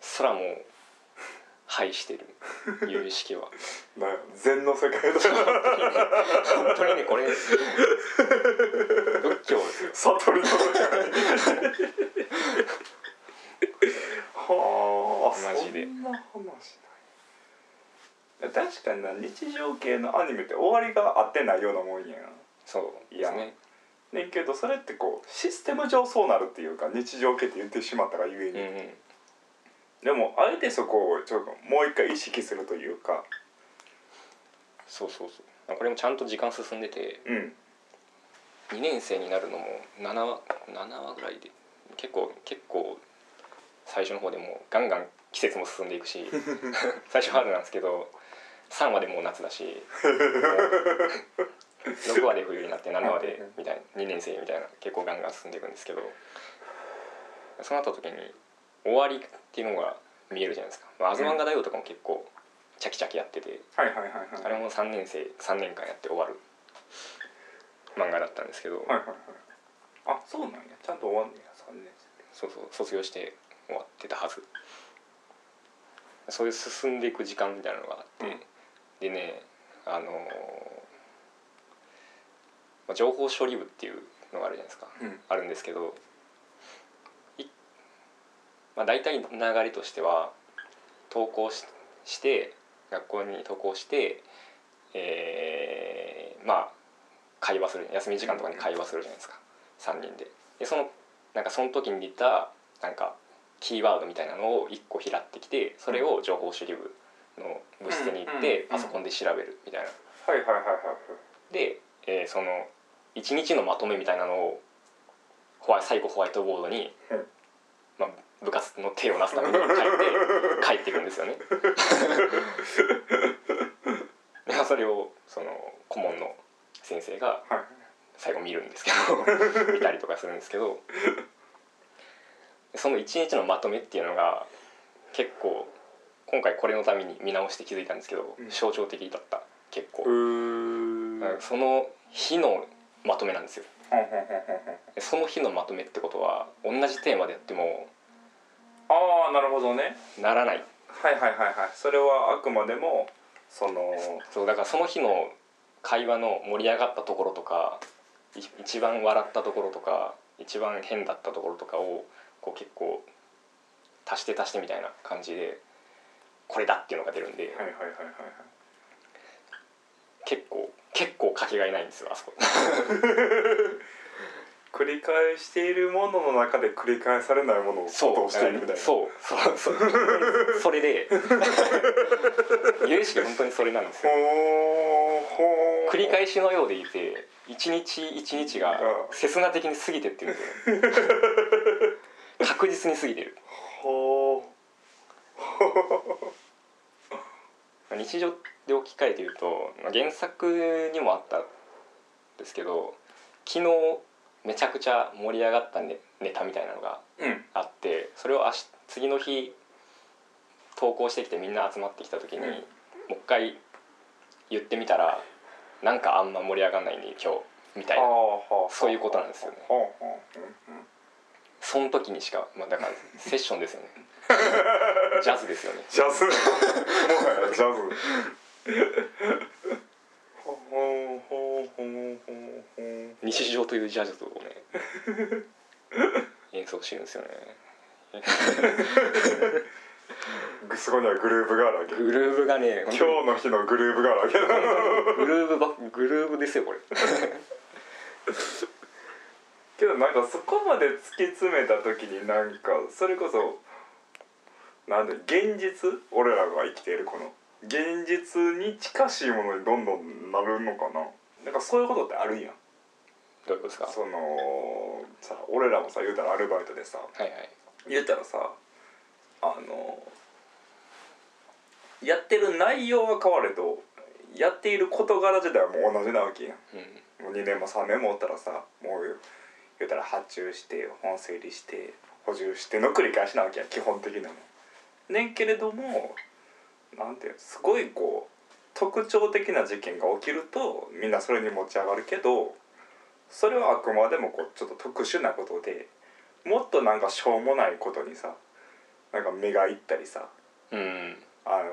Speaker 2: すらも排してる有意識は
Speaker 3: だよ禅の世界だ
Speaker 2: 本当にねこれ仏教ですよ
Speaker 3: 悟りの世界はあ
Speaker 2: マジで
Speaker 3: そんな話ないいや確かにな日常系のアニメって終わりが合ってないようなもんやな
Speaker 2: そうですね
Speaker 3: ねんけどそれってこうシステム上そうなるっていうか日常系って言ってしまったがゆえ
Speaker 2: うん
Speaker 3: に、
Speaker 2: うん
Speaker 3: でもあえてそこをちょっともう一回意識するというか
Speaker 2: そうそうそうこれもちゃんと時間進んでて
Speaker 3: うん
Speaker 2: 2年生になるのも7話7話ぐらいで結構結構最初の方でもうガンガン季節も進んでいくし 最初春なんですけど3話でもう夏だしもう6話で冬になって7話でみたいな2年生みたいな結構ガンガン進んでいくんですけどそうなった時に終わりっていうのが見えるじゃないですか「まあ、アズマンガ大王」とかも結構チャキチャキやってて
Speaker 3: はいはいはいはい
Speaker 2: あれも3年生3年間やって終わる漫画だったんですけど。
Speaker 3: はいはいはいあそうなんやちゃんと終わんねや3年
Speaker 2: そうそう卒業して終わってたはずそういう進んでいく時間みたいなのがあって、
Speaker 3: うん
Speaker 2: でねあのーまあ情報処理部っていうのがあるじゃないですか、
Speaker 3: 生うん
Speaker 2: あるんですけどい、まあ、大体流れとしては登校しして学校に登校して、えーまあ会話する休み時間とかに会話するじゃないですか3人で。でそのなんかその時に出たなんかキーワードみたいなのを1個拾ってきてそれを情報処理部の部室に行っ
Speaker 3: う
Speaker 2: て
Speaker 3: ん
Speaker 2: パソコンで調べるみたいな。
Speaker 3: はいはいはいはい
Speaker 2: で、えーその一日のまとめみたいなのをホワイ最後ホワイトボードに、
Speaker 3: うん
Speaker 2: まあ、部活の手をなすために書いて帰っていくんですよね。でまあそれをその顧問の先生が
Speaker 3: はい
Speaker 2: 最後見るんですけど見たりとかするんですけどその一日のまとめっていうのが結構今回これのために見直して気づいたんですけど、
Speaker 3: うん
Speaker 2: 象徴的だった結構。
Speaker 3: うーん
Speaker 2: なんその日のまとめなんですよ
Speaker 3: うんうんうんうんうん
Speaker 2: でその日のまとめってことは同じテーマでやっても
Speaker 3: ああなるほどね
Speaker 2: ならない
Speaker 3: はいはいはいはいそれはあくまでもその
Speaker 2: そうだからその日の会話の盛り上がったところとかい一番笑ったところとか一番変だったところとかをこう結構足して足してみたいな感じでこれだっていうのが出るんで
Speaker 3: はいはいはいはい
Speaker 2: 結構結構かけがえないんですよあそこ
Speaker 3: 繰り返しているものの中で繰り返されないものを
Speaker 2: そう
Speaker 3: どしているみたいな
Speaker 2: そうそうそうそれで 由々しき本当にそれなんです
Speaker 3: ほ
Speaker 2: よ
Speaker 3: ーほー
Speaker 2: 繰り返しのようでいて一日一日が切な的に過ぎてってるんです よ確実に過ぎてる
Speaker 3: ほー
Speaker 2: 日常で置き換えて言うとまあ原作にもあったんですけど昨日めちゃくちゃ盛り上がったネネタみたいなのが
Speaker 3: うん
Speaker 2: あってそれを明日次の日投稿してきてみんな集まってきた時に、
Speaker 3: うん
Speaker 2: もう一回言ってみたらなんかあんま盛り上がんないね今日みたいな
Speaker 3: は
Speaker 2: そういうことなんですよね
Speaker 3: あはあはあうんうん
Speaker 2: その時にしか、まあ、だからセッションです よねジャズですよね
Speaker 3: ジャズもはやジャズ ほーほーほーほーほー
Speaker 2: 日常というジャズをね演奏してるんですよね
Speaker 3: そこにはグルーヴがあるわけ
Speaker 2: グルーブがね本当に
Speaker 3: 今日の日のグルーヴがあるわけだ
Speaker 2: グルーブばグルーブですよこれ
Speaker 3: けどなんかそこまで突き詰めた時になんかそれこそなんで現実俺らが生きているこの現実に近しいものにどんどんなるのかななんかそういうことってあるやん
Speaker 2: どういうことですか
Speaker 3: そのさ俺らもさ言うたらアルバイトでさ
Speaker 2: はいはい
Speaker 3: 言うたらさあのやってる内容は変われどやっている事柄自体はもう同じなわけやん
Speaker 2: うん
Speaker 3: もう2年も3年もおったらさもう言うたら発注して本整理して補充しての繰り返しなわけや基本的なもん。ねんけれどもなんていうのすごいこう特徴的な事件が起きるとみんなそれに持ち上がるけどそれはあくまでもこうちょっと特殊なことでもっとなんかしょうもないことにさなんか目がいったりさ
Speaker 2: うん
Speaker 3: あの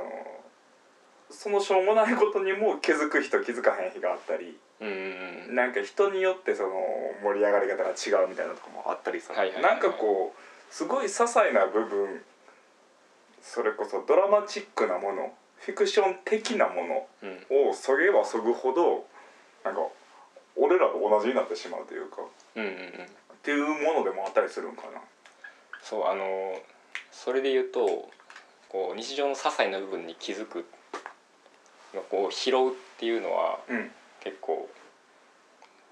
Speaker 3: そのしょうもないことにも気づく人気づかへん日があったり。
Speaker 2: うんうん
Speaker 3: なんか人によってその盛り上がり方が違うみたいなとこもあったりさ、
Speaker 2: はいはいはい
Speaker 3: なんかこうすごい些細な部分それこそドラマチックなものフィクション的なもの
Speaker 2: うん
Speaker 3: をそげばそぐほどなんか俺らと同じになってしまうというか
Speaker 2: うんうんうん
Speaker 3: っていうものでもあったりするんかな。
Speaker 2: そうあのそれで言うとこう日常の些細な部分に気づくのこう拾うっていうのは
Speaker 3: うん、
Speaker 2: 結構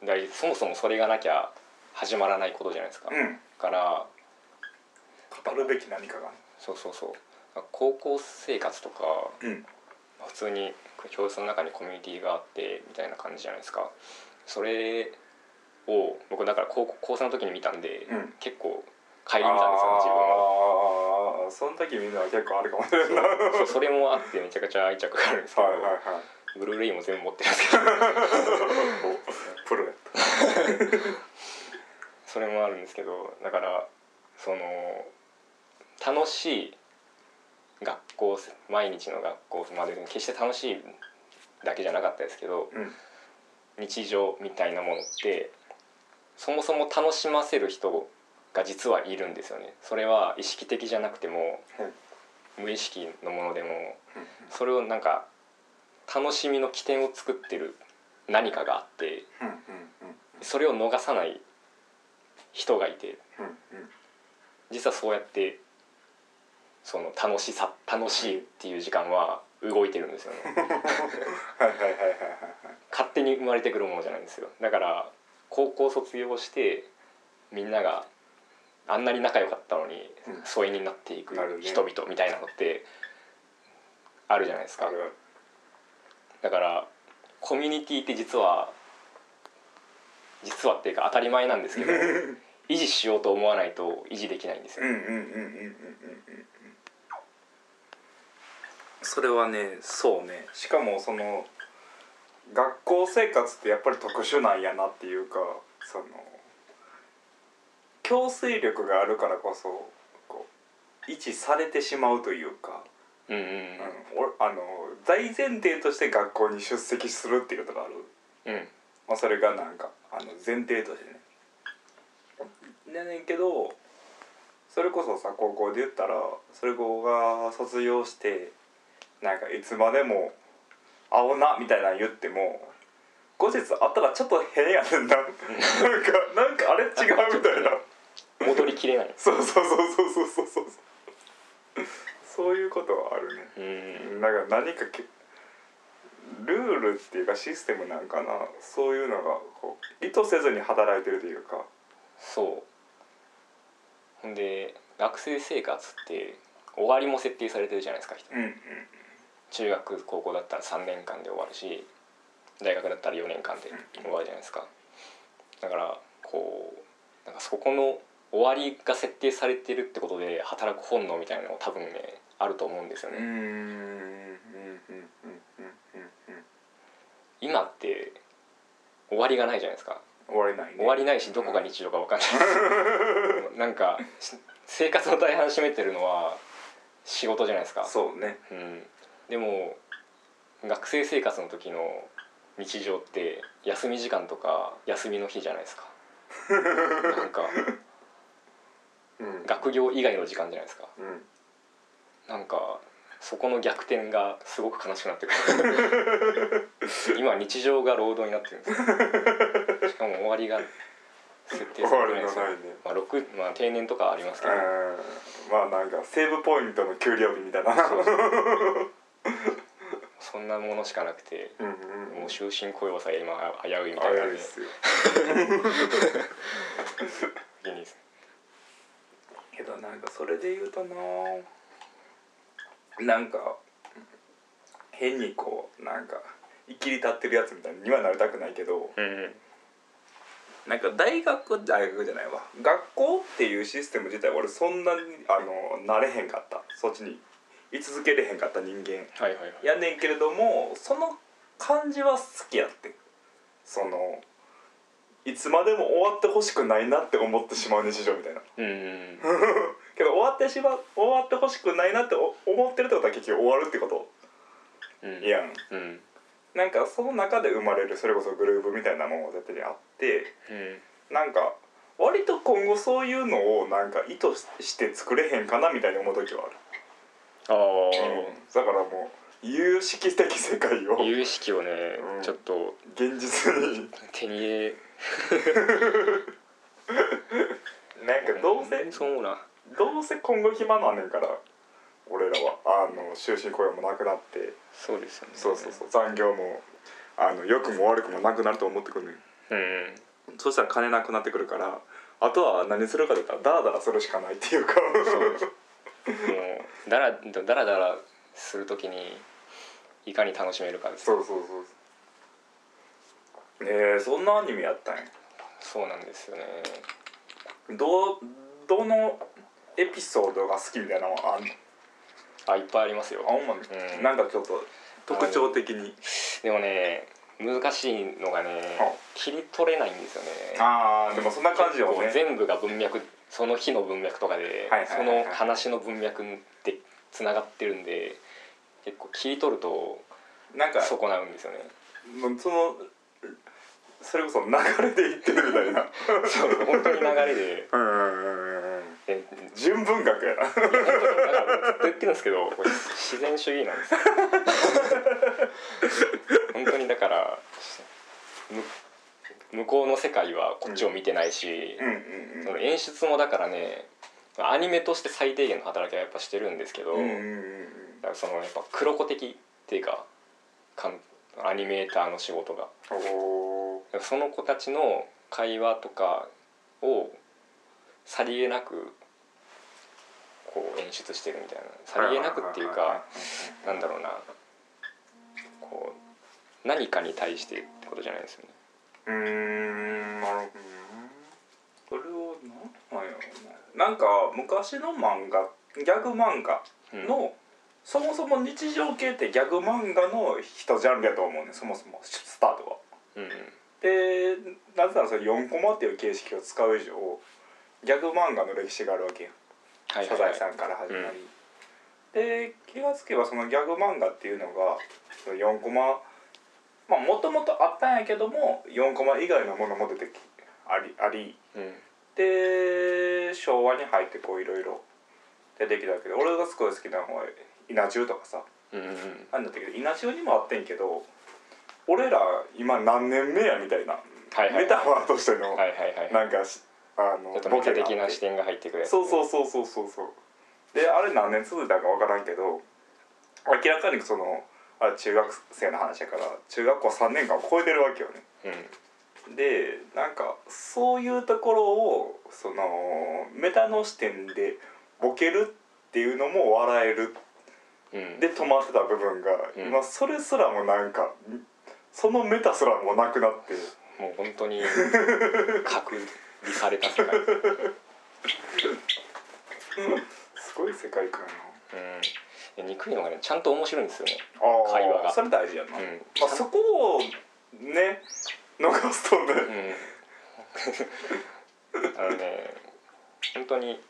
Speaker 2: だいそもそもそれがなきゃ始まらないことじゃないですか、だから
Speaker 3: 語るべき何かが。
Speaker 2: そうそうそう高校生活とか
Speaker 3: うん、
Speaker 2: 普通に教室の中にコミュニティがあってみたいな感じじゃないですかそれを僕だから高校高3の時に見たんで、
Speaker 3: うん
Speaker 2: 結構帰り見たんですよね自分は
Speaker 3: あーその時みんなは結構あるかもしれない。はい
Speaker 2: そうそれもあってめちゃくちゃ愛着があるんですけど、
Speaker 3: はいはい。
Speaker 2: ブルーレイも全部持ってるんですけど
Speaker 3: プロやっ
Speaker 2: それもあるんですけどだからその楽しい学校毎日の学校まあでも決して楽しいだけじゃなかったですけど
Speaker 3: た。うん
Speaker 2: 日常みたいなものってそもそも楽しませる人が実はいるんですよねそれは意識的じゃなくても無意識のものでもそれをなんか楽しみの起点を作ってる何かがあって
Speaker 3: うんうん
Speaker 2: それを逃さない人がいて
Speaker 3: うんうんうん
Speaker 2: 実はそうやってその楽しさ楽しいっていう時間は動いてるんですよね。
Speaker 3: はいはいはいはい
Speaker 2: 勝手に生まれてくるものじゃないんですよだから高校卒業してみんながあんなに仲良かったのに
Speaker 3: うん
Speaker 2: 疎遠になっていく
Speaker 3: なるね
Speaker 2: 人々みたいなのってあるじゃないですか
Speaker 3: はいはい。
Speaker 2: だからコミュニティって実は実はっていうか当たり前なん ですけど維持しようと思わないと維持できないんです
Speaker 3: うん
Speaker 2: よ
Speaker 3: うんうんうんうんうんうんうん。それはね、そうね。しかもその学校生活ってやっぱり特殊なんやなっていうかその強制力があるからこそこう維持されてしまうというか、
Speaker 2: うんうん
Speaker 3: うん、おあの大前提として学校に出席するっていうことがある、
Speaker 2: うんうん
Speaker 3: まあ、それがなんかあの前提としてね。やねんけどそれこそさ高校で言ったらそれこが卒業してなんかいつまでも青なみたいなの言っても後日会ったらちょっと変やねんななんかなんかあれ違うみたいな
Speaker 2: 戻りきれない
Speaker 3: そうそうそうそうそうそうそうそういうことはある
Speaker 2: う
Speaker 3: ね
Speaker 2: ん
Speaker 3: なんか何かけルールっていうかシステムなんかなそういうのがこう意図せずに働いてるというか
Speaker 2: そうほんで学生生活って終わりも設定されてるじゃないですか人
Speaker 3: うんうん
Speaker 2: 中学高校だったら3年間で終わるし大学だったら4年間で終わるじゃないですかだからこうなんかそこの終わりが設定されてるってことで働く本能みたいなのも多分ねあると思うんですよ
Speaker 3: う
Speaker 2: ね、
Speaker 3: んうんうんうんうんうん
Speaker 2: 今って終わりがないじゃないですか
Speaker 3: 終わりないね
Speaker 2: 終わりないしどこが日常か分かんない、 なんかし生活の大半占めてるのは仕事じゃないですか
Speaker 3: そうね
Speaker 2: うん、でも学生生活の時の日常って休み時間とか休みの日じゃない ですかなんか
Speaker 3: うん
Speaker 2: 学業以外の時間じゃないですか
Speaker 3: うん
Speaker 2: なんかそこの逆転がすごく悲しくなってく る今日常が労働になってるんですよしかも終わりが設定されてないですよ
Speaker 3: 終わりがないね
Speaker 2: まあ、六まあ定年とかありますけ
Speaker 3: う
Speaker 2: ど、
Speaker 3: んまあなんかセーブポイントの給料日みたいな
Speaker 2: そうそうそんなものしかなくて
Speaker 3: うん うん
Speaker 2: もう終身雇用さえ今危ういみたいな
Speaker 3: 早い
Speaker 2: 感じ
Speaker 3: で
Speaker 2: です
Speaker 3: よ
Speaker 2: 時に
Speaker 3: けどなんかそれで言うとななんか変にこうなんかいきり立ってるやつみたいにはなりたくないけど
Speaker 2: うんうん
Speaker 3: なんか大学大学じゃないわ学校っていうシステム自体俺そんなにあの慣れへんかったそっちに居続けれへんかった人間
Speaker 2: はいはいはい
Speaker 3: やねんけれどもその感じは好きやってそのいつまでも終わってほしくないなって思ってしまう日常みたいな
Speaker 2: うんうん
Speaker 3: けど終わってしまう終わってほしくないなってお思ってるってことは結局終わるってこと
Speaker 2: うんうん
Speaker 3: いやん
Speaker 2: うん
Speaker 3: なんかその中で生まれるそれこそグループみたいなものが絶対にあって
Speaker 2: うん
Speaker 3: なんか割と今後そういうのをなんか意図しして作れへんかなみたいに思う時はあ
Speaker 2: あ
Speaker 3: る、うんだからもう有識的世界を
Speaker 2: あ有意識をね、
Speaker 3: うん
Speaker 2: ちょっと
Speaker 3: 現実に
Speaker 2: 手に入れ
Speaker 3: なんかどうせ
Speaker 2: そう思うな
Speaker 3: どうせ今後暇なんねんから俺らはあの終身雇用もなくなって
Speaker 2: そうですよね
Speaker 3: そうそうそう残業もあの良くも悪くもなくなると思ってくんねん
Speaker 2: うんうん
Speaker 3: そしたら金なくなってくるからあとは何するかとかダラダラするしかないっていうか
Speaker 2: そうですもうだらだらだらするときにいかに楽しめるかです
Speaker 3: そうそうそうそうえー、そんなアニメやったんや
Speaker 2: そうなんですよね
Speaker 3: どうどのエピソードが好きみたいなのはあんの
Speaker 2: あいっぱいありますよ
Speaker 3: あんま
Speaker 2: うん
Speaker 3: なんかちょっと特徴的に
Speaker 2: でもね難しいのがね
Speaker 3: は
Speaker 2: 切り取れないんですよね
Speaker 3: ああでもそんな感じよ
Speaker 2: こう
Speaker 3: ね
Speaker 2: 全部が文脈その日の文脈とかで、
Speaker 3: はいはいはいはい
Speaker 2: その話の文脈でつながってるんで結構切り取ると
Speaker 3: なんか
Speaker 2: 損なうんですよね。
Speaker 3: もうそのそれこそ流れでいってるみたいな
Speaker 2: そう本当に流れ で
Speaker 3: うん うんうん
Speaker 2: え
Speaker 3: 純文学やな
Speaker 2: 本当になんかずっと言ってるんですけどこれ自然主義なんですよ本当にだからむ向こうの世界はこっちを見てないし、
Speaker 3: うん
Speaker 2: その演出もだからねアニメとして最低限の働きはやっぱしてるんですけど。
Speaker 3: うんうんうんうん
Speaker 2: だからそのやっぱ黒子的っていうかかんアニメーターの仕事が
Speaker 3: おー
Speaker 2: だからその子たちの会話とかをさりげなくこう演出してるみたいなさりげなくっていうかなんだろうなこう何かに対してってことじゃないですよね
Speaker 3: うーんなるほどねそれをなんなんやろうななんか昔の漫画ギャグ漫画のそもそも日常系ってギャグ漫画の一ジャンルやと思うねそもそもスタートは。
Speaker 2: うん
Speaker 3: でなぜならそれ4コマっていう形式を使う以上ギャグ漫画の歴史があるわけやん
Speaker 2: はい
Speaker 3: サ
Speaker 2: はい
Speaker 3: ザ
Speaker 2: は
Speaker 3: エ
Speaker 2: い
Speaker 3: さんから始まり、で気がつけばそのギャグ漫画っていうのがその4コマまあもともとあったんやけども4コマ以外のものも出てきありあり
Speaker 2: うん
Speaker 3: で昭和に入ってこういろいろ出てきたけど俺がすごい好きなのは稲中とかさ
Speaker 2: うんうん
Speaker 3: なんだったけど稲中にもあってんけど俺ら今何年目やみたいな、
Speaker 2: はいはい
Speaker 3: メタファーとしての、
Speaker 2: はいはいはい
Speaker 3: なんかしあの
Speaker 2: ちょっとメタ的
Speaker 3: があ
Speaker 2: な
Speaker 3: って
Speaker 2: 視点が入ってくる
Speaker 3: そう
Speaker 2: う
Speaker 3: そうそうそうそうそうであれ何年続いたか分からんけど明らかにそのあれ中学生の話やから中学校3年間を超えてるわけよね
Speaker 2: うん
Speaker 3: でなんかそういうところをそのメタの視点でボケるっていうのも笑える
Speaker 2: うん
Speaker 3: で止まってた部分が、
Speaker 2: うん
Speaker 3: 今それすらもなんかそのメタすらもなくなって
Speaker 2: もう本当に隔離された世界うん
Speaker 3: すごい世界観の
Speaker 2: で憎いのがねちゃんと面白いんですよね
Speaker 3: あー
Speaker 2: 会話が
Speaker 3: それ大事や
Speaker 2: う
Speaker 3: な、
Speaker 2: ん
Speaker 3: まあ、そこをね逃すとね、
Speaker 2: うん あのね本当に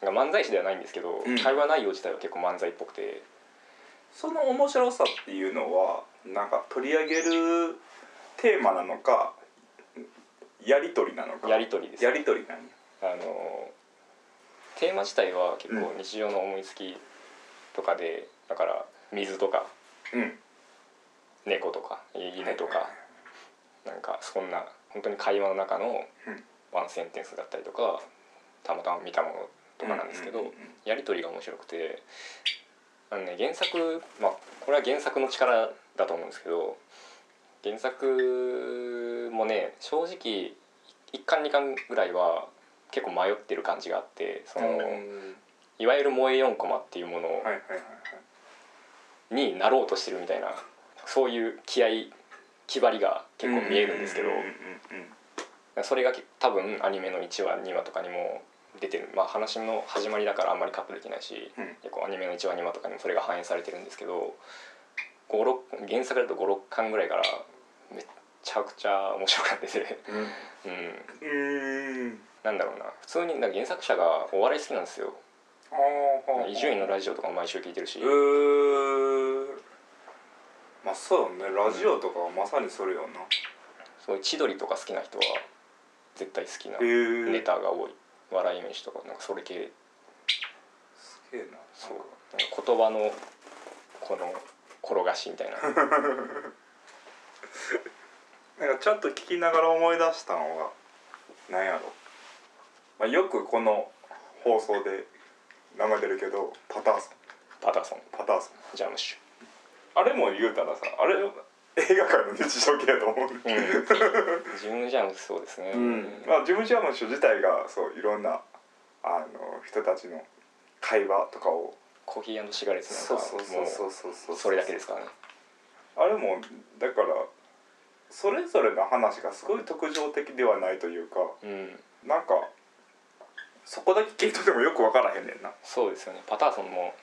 Speaker 2: 漫才師ではないんですけど、
Speaker 3: うん
Speaker 2: 会話内容自体は結構漫才っぽくて
Speaker 3: その面白さっていうのはなんか取り上げるテーマなのかやり取りなのか
Speaker 2: やり取りです
Speaker 3: やり取りなんや
Speaker 2: あのテーマ自体は結構
Speaker 3: う
Speaker 2: 日常の思いつきとかで、だから水とか
Speaker 3: うん
Speaker 2: 猫とか犬とか、
Speaker 3: はい
Speaker 2: なんかそんな本当に会話の中の
Speaker 3: うん
Speaker 2: ワンセンテンスだったりとかたまたま見たものとかなんですけど、
Speaker 3: うんうんうん
Speaker 2: やり取りが面白くてあの、ね、原作、まあ、これは原作の力だと思うんですけど原作もね正直1巻2巻ぐらいは結構迷ってる感じがあってその、
Speaker 3: うんはい
Speaker 2: いわゆる「萌え4コマ」っていうもの
Speaker 3: はいはい
Speaker 2: になろうとしてるみたいなそういう気合い気張りが結
Speaker 3: はい
Speaker 2: 構見えるんですけど。
Speaker 3: うんうんうん
Speaker 2: それがけ多分アニメの1話2話とかにも出てる、まあ、話の始まりだからあんまりカットできないし、
Speaker 3: うん
Speaker 2: 結構アニメの1話2話とかにもそれが反映されてるんですけど56原作だと56巻ぐらいからめっちゃくちゃ面白かったで、 うん、
Speaker 3: うんうんうーん
Speaker 2: なんだろうな普通になんか原作者がお笑い好きなんですよ
Speaker 3: あーはあはあ
Speaker 2: 伊集院のラジオとかも毎週聞いてるし、
Speaker 3: えーまあそうだねラジオとかはまさにそれよな
Speaker 2: そういう千鳥とか好きな人は絶対好きな
Speaker 3: へー
Speaker 2: ネタが多い笑い飯とかなんかそれ系
Speaker 3: すげえな
Speaker 2: そうなんか言葉のこの転がしみたい な
Speaker 3: なんかちょっと聞きながら思い出したのがなんやろ、まあ、よくこの放送で名前出るけどパターソン
Speaker 2: パターソン
Speaker 3: パターソン
Speaker 2: ジャムッシ
Speaker 3: あれも言うたらさあれ映画界の日常系やと思う、
Speaker 2: ュ、ジムジャムそうですね、
Speaker 3: まあ、ジム・ジャーマン氏自体がそういろんなあの人たちの会話とかを
Speaker 2: コーヒーシガレットなんかも
Speaker 3: そう
Speaker 2: うそれだけですからね
Speaker 3: あれもだからそれぞれの話がすごい特徴的ではないというか
Speaker 2: うん
Speaker 3: なんかそこだけ聞いとってもよく分からへんねんな
Speaker 2: そうですよねパターソンも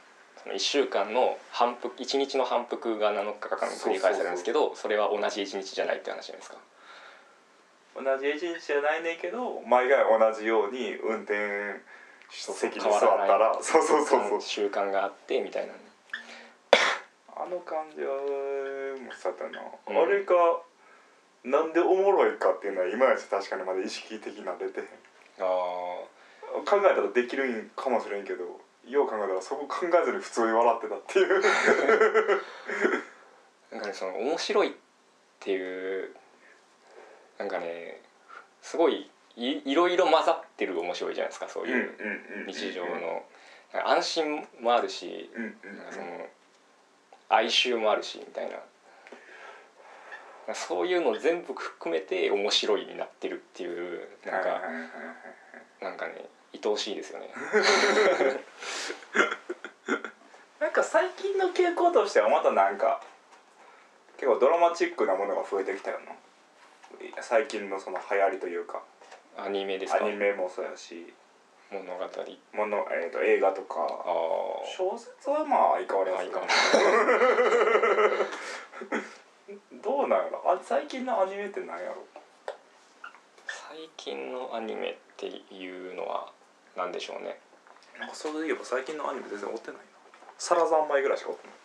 Speaker 2: その1週間の反復1日の反復が7日間繰り返されるんですけどそれは同じ1日じゃないって話じゃないですか
Speaker 3: 同じ一日じゃないねんけど毎回同じように運転席に座った
Speaker 2: 変わら
Speaker 3: ら
Speaker 2: ない
Speaker 3: そうそうそうそう
Speaker 2: 習慣があってみたいなね
Speaker 3: あの感じはもさたな、
Speaker 2: うん
Speaker 3: あれがなんでおもろいかっていうのは今やち確かにまだ意識的な出てへん
Speaker 2: ああ
Speaker 3: 考えたらできるんかもしれんけどよう考えたらそこ考えずに普通に笑ってたっていう
Speaker 2: なんかねその面白いっていうなんかねすごいいいろいろ混ざってる面白いじゃないですかそういう日常のなんか安心もあるし
Speaker 3: うんうんうん
Speaker 2: なんかその哀愁もあるしみたいなそういうの全部含めて面白いになってるっていうなん
Speaker 3: はいは
Speaker 2: か
Speaker 3: いはいはい
Speaker 2: なんかね愛おしいですよね
Speaker 3: なんか最近の傾向としてはまたなんか結構ドラマチックなものが増えてきたよな最近のその流行りというか
Speaker 2: アニメですか
Speaker 3: アニメもそうやし
Speaker 2: 物語あ
Speaker 3: もの、えー、と映画とか
Speaker 2: あ
Speaker 3: 小説はまあ相変わりです
Speaker 2: い
Speaker 3: ね
Speaker 2: かも
Speaker 3: どうなんやろあ最近のアニメってなんやろ
Speaker 2: 最近のアニメっていうのは何でしょうね
Speaker 3: なんかそれで言えば最近のアニメ全然追ってないなサラ三昧ぐらいしか追ってない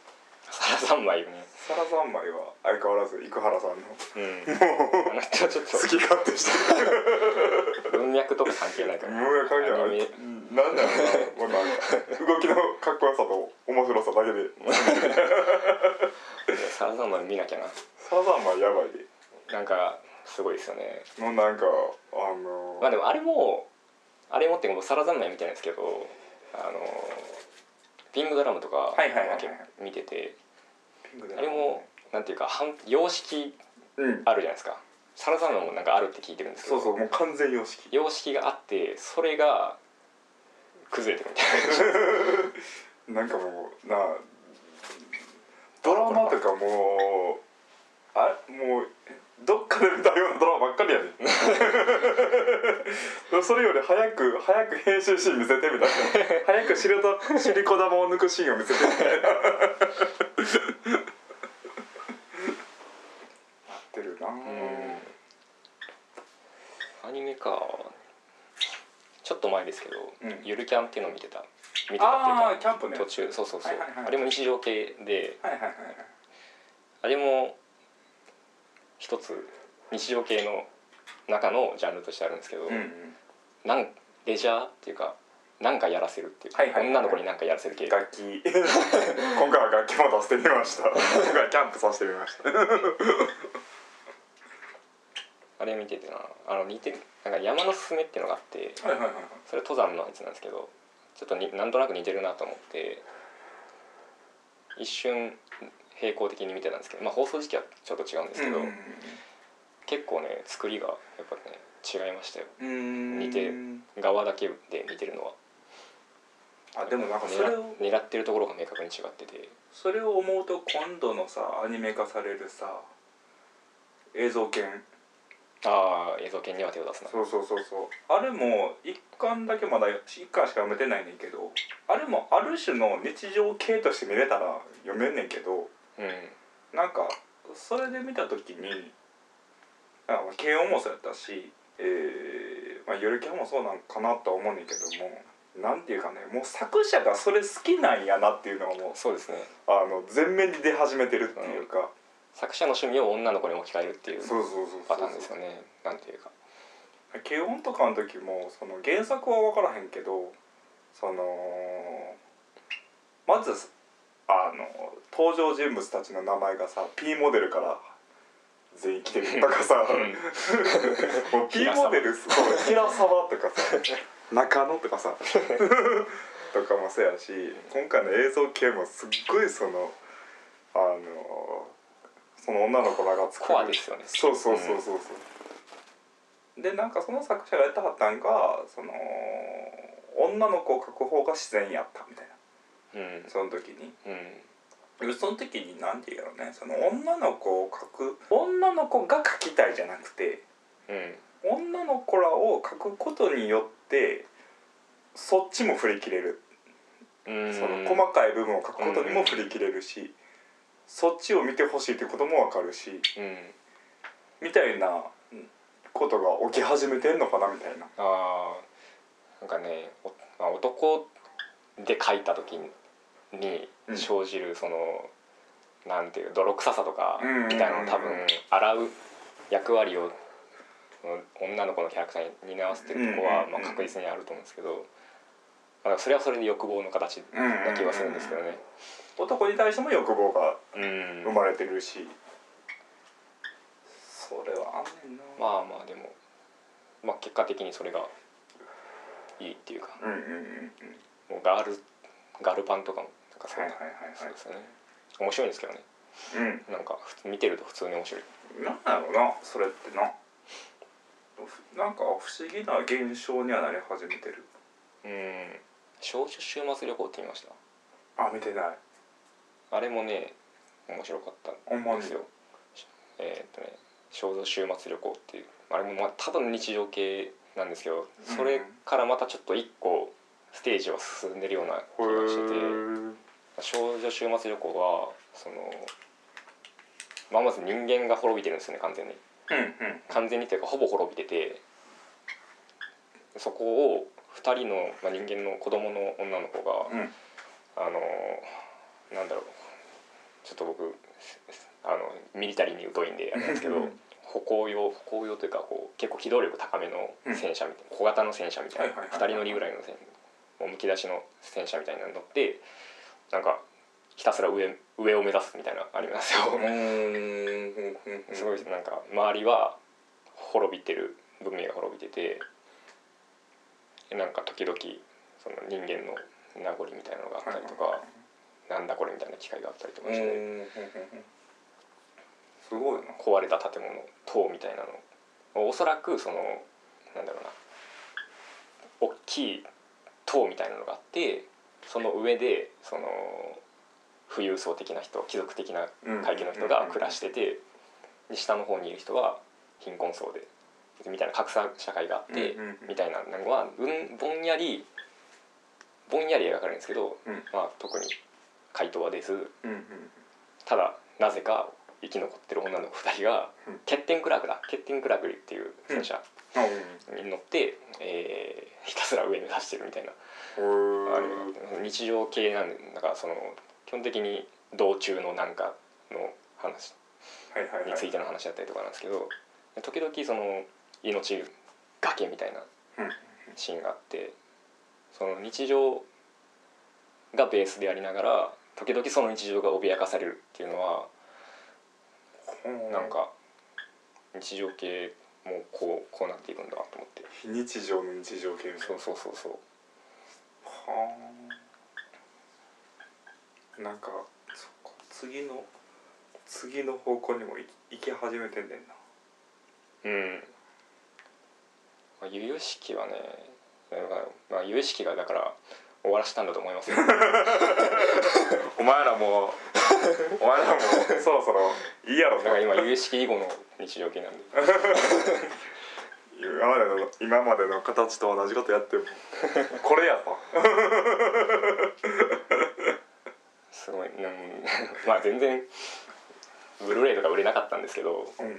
Speaker 2: サラ三昧よね
Speaker 3: サラ三昧は相変わらず生原さんの
Speaker 2: うんあの人はちょっ
Speaker 3: 好き
Speaker 2: と
Speaker 3: 勝手してる
Speaker 2: 文脈とか関係ないから
Speaker 3: 無や関係
Speaker 2: ア
Speaker 3: な
Speaker 2: ニ
Speaker 3: い
Speaker 2: メ
Speaker 3: なんだろうな,、まあ、なん か動きのかっこよさと面白さだけで
Speaker 2: サラ三昧見なきゃな
Speaker 3: サラ三昧やばいで
Speaker 2: なんかすごいですよね
Speaker 3: のなんかあの
Speaker 2: まあでもあれもあれもってもうサラ三昧みたいなんですけどあのピングドラムとか
Speaker 3: はいはいはいはい
Speaker 2: 見てて
Speaker 3: ピンクで
Speaker 2: あれもなんていうか反様式
Speaker 3: うん
Speaker 2: あるじゃないですかサラサンもなんかあるって聞いてるんですけ
Speaker 3: そ
Speaker 2: ど
Speaker 3: うそうもう完全様式
Speaker 2: 様式があってそれが崩れてるみたいな
Speaker 3: なんかもうなあドラマとかもうあもうどっかで見たようなドラマばっかりやねん それより早く早く編集シーン見せてみたいな早くシリコシリコ玉を抜くシーンを見せてみたい ななってるなあ
Speaker 2: アニメかちょっと前ですけど、
Speaker 3: うん
Speaker 2: ゆるキャンっていうのを見てた見てたっていう
Speaker 3: あ
Speaker 2: か
Speaker 3: ーキャンプね
Speaker 2: 途中そうそうそう、
Speaker 3: はいはいはい
Speaker 2: あれも日常系で
Speaker 3: はいはいはい
Speaker 2: あれも一つ日常系の中のジャンルとしてあるんですけど、
Speaker 3: はいうん
Speaker 2: なんレジャーっていうかなんかやらせるっていうか、
Speaker 3: はいはいはい
Speaker 2: 女の子になんかやらせる系
Speaker 3: 楽器 今回は楽器も出してみました今回はキャンプさせてみました
Speaker 2: あれ見ててなあの似てるなんか山のすすめっていうのがあって
Speaker 3: はいはいはい
Speaker 2: それ登山のやつなんですけどちょっとになんとなく似てるなと思って一瞬並行的に見てたんですけど、まあ、放送時期はちょっと違うんですけど、結構ね作りがやっぱね違いましたよ
Speaker 3: うん
Speaker 2: 似て側だけで見てるのは
Speaker 3: あでもなんかそれを
Speaker 2: 狙狙ってるところが明確に違ってて
Speaker 3: それを思うと今度のさアニメ化されるさ映像犬
Speaker 2: ああ映像権には手を出すな
Speaker 3: そうそうそうそうあれも一巻だけまだ一巻しか読めてないねんけどあれもある種の日常系として見れたら読めんねんけど
Speaker 2: うん
Speaker 3: なんかそれで見た時にあまあ軽音もそうやったし、えーまあ、ゆるキャンもそうなんかなとは思うねんけどもなんていうかねもう作者がそれ好きなんやなっていうのがもう
Speaker 2: そうですね
Speaker 3: あの全面に出始めてるっていうか、
Speaker 2: 作者の趣味を女の子に置き換えるっていう
Speaker 3: そうそうそう
Speaker 2: パ
Speaker 3: そう
Speaker 2: ターンですよねなんていうか
Speaker 3: 軽音とかの時もその原作は分からへんけどそのまずあの登場人物たちの名前がさ P モデルから全員来てるとかさも う P モデルそう平沢とかさ中野とか さとかもそうやし今回の映像系もすっごいそのあのその女の子らが作る
Speaker 2: コアですよね
Speaker 3: そうそうそうそうそう、でなんかその作者がやったはったんがその女の子を描く方が自然やったみたい
Speaker 2: うん
Speaker 3: なその時に
Speaker 2: うん
Speaker 3: その時に何て言うやろねその女の子を描く女の子が描きたいじゃなくて
Speaker 2: うん
Speaker 3: 女の子らを描くことによってそっちも振り切れる
Speaker 2: うん
Speaker 3: その細かい部分を描くことにも振り切れるしそっちを見てほしいってこともわかるし
Speaker 2: うん
Speaker 3: みたいなことが起き始めてんのかなみたいな。
Speaker 2: あーなんかねおまあ、男で書いた時に
Speaker 3: うん
Speaker 2: 生じるその、なんていう泥臭さとか
Speaker 3: うんうんうんうん
Speaker 2: みたいなのを多分洗う役割をその女の子のキャラクターに担わせてるとこは
Speaker 3: うんうんうん
Speaker 2: まあ確実にあると思うんですけど、まあ、それはそれで欲望の形な気はするんですけどね。
Speaker 3: 男に対しても欲望が
Speaker 2: うん
Speaker 3: 生まれてるし、それはあんねんな、
Speaker 2: まあまあでも、まあ、結果的にそれがいいっていうか
Speaker 3: うんうんうんうん
Speaker 2: もうガールガルパンとかもなんかそう
Speaker 3: はい
Speaker 2: な
Speaker 3: はい
Speaker 2: そうで
Speaker 3: は
Speaker 2: すよね面白いんですけどね
Speaker 3: いはい
Speaker 2: なんか普通見てると普通に面白い
Speaker 3: うんなんだろうなそれってなふなんか不思議な現象にはなり始めてる
Speaker 2: うん少女週末旅行って見まし
Speaker 3: あ見てない
Speaker 2: たあれもね面白かった
Speaker 3: ほんま
Speaker 2: ん
Speaker 3: に
Speaker 2: ですよえーっとね少女週末旅行っていうあれもまあただの日常系なんですけどそれからまたちょっと一個ステージを進んでるような気
Speaker 3: へ
Speaker 2: がしてて。
Speaker 3: ー
Speaker 2: 少女終末旅行はその、まあ、まず人間が滅びてるんですよね完全に
Speaker 3: うんうん
Speaker 2: 完全にというかほぼ滅びててそこを2人の、まあ、人間の子供の女の子が、
Speaker 3: うん
Speaker 2: あのなんだろうちょっと僕あのミリタリーに疎いんであれなんですけ
Speaker 3: う
Speaker 2: ど
Speaker 3: ん
Speaker 2: 歩行用歩行用というかこう結構機動力高めの戦車みたいな、小型の戦車みたいな、
Speaker 3: はいはいはい
Speaker 2: 2人乗りぐらいの戦もうむき出しの戦車みたいなのに乗ってなんかひたすら上上を目指すみたいなのありますよ。
Speaker 3: うーんうんうんうん
Speaker 2: すごいなんか周りは滅びてる文明が滅びててなんか時々その人間の名残みたいなのがあったりと
Speaker 3: はい
Speaker 2: かなんだこれみたいな機械があったりと
Speaker 3: う
Speaker 2: かし
Speaker 3: んうん
Speaker 2: て
Speaker 3: うんうんすごいな
Speaker 2: 壊れた建物塔みたいなのおそらくそのなんだろうな大きい塔みたいなのがあってその上でその富裕層的な人貴族的な階級の人が暮らしててで下の方にいる人は貧困層でみたいな格差社会があって
Speaker 3: うんうんうん
Speaker 2: みたいなのはうんぼんやりぼんやり描かれるんですけど、
Speaker 3: うん
Speaker 2: まあ、特に回答は出ず
Speaker 3: うんうん
Speaker 2: ただなぜか生き残ってる女の子2人が
Speaker 3: うん
Speaker 2: 欠点クラークだ欠点クラークっていう戦車
Speaker 3: あ
Speaker 2: に乗って、えーひたすら上目指してるみたいな
Speaker 3: うん
Speaker 2: あれ日常系なんでだからその基本的に道中のなんかの話
Speaker 3: はいはいはい
Speaker 2: についての話だったりとかなんですけど時々その命がけみたいな
Speaker 3: うん
Speaker 2: シーンがあってその日常がベースでありながら時々その日常が脅かされるっていうのはなんか日常系もうこうこうなっていくんだと思って
Speaker 3: 非日常の日常系みたい
Speaker 2: そ
Speaker 3: な
Speaker 2: うそうそうそう
Speaker 3: はあなんかそっか次の次の方向にも行き行き始めてんねんな
Speaker 2: うんまあ由々しきはねだからまあ由々しきがだから終わらせたんだと思いますよ
Speaker 3: お前らもお前らもそろそろいいやろ
Speaker 2: だから今由々しき以後の日常系なんで
Speaker 3: 今までの今までの形と同じことやってもこれやと
Speaker 2: すごい、うん、 まあ全然ブルーレイとか売れなかったんですけど、うん、も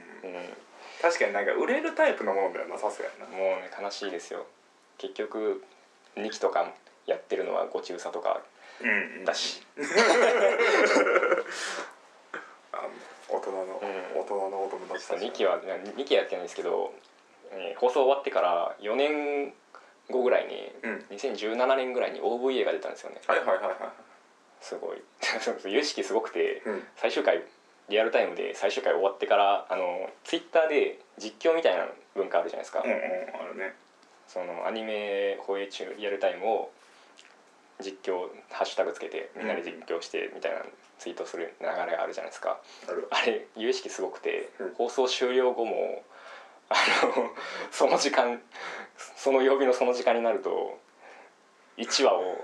Speaker 3: 確かになんか売れるタイプのものではなさそうや
Speaker 2: うね悲しいですよ結局2期とかやってるのはご中佐とか
Speaker 3: なうん
Speaker 2: だし、
Speaker 3: あの大人の、
Speaker 2: ん
Speaker 3: 大人のお友達たち
Speaker 2: 2期は2期はやってるんですけど、えー放送終わってから4年後ぐらいに
Speaker 3: うん
Speaker 2: 2017年ぐらいに OVA が出たんですよね
Speaker 3: はいはいはいは
Speaker 2: すごい そうそう有識すごくて
Speaker 3: い、うん、
Speaker 2: 最終回リアルタイムで最終回終わってからあのツイッターで実況みたいな文化あるじゃないですか、
Speaker 3: うんうんあるね
Speaker 2: そのアニメ放映中リアルタイムを実況ハッシュタグつけてみんなで実況してみたいなツイートする流れがあるじゃないですか
Speaker 3: ある
Speaker 2: あれ有意識すごくて
Speaker 3: うん
Speaker 2: 放送終了後もあの その時間その曜日のその時間になると1話を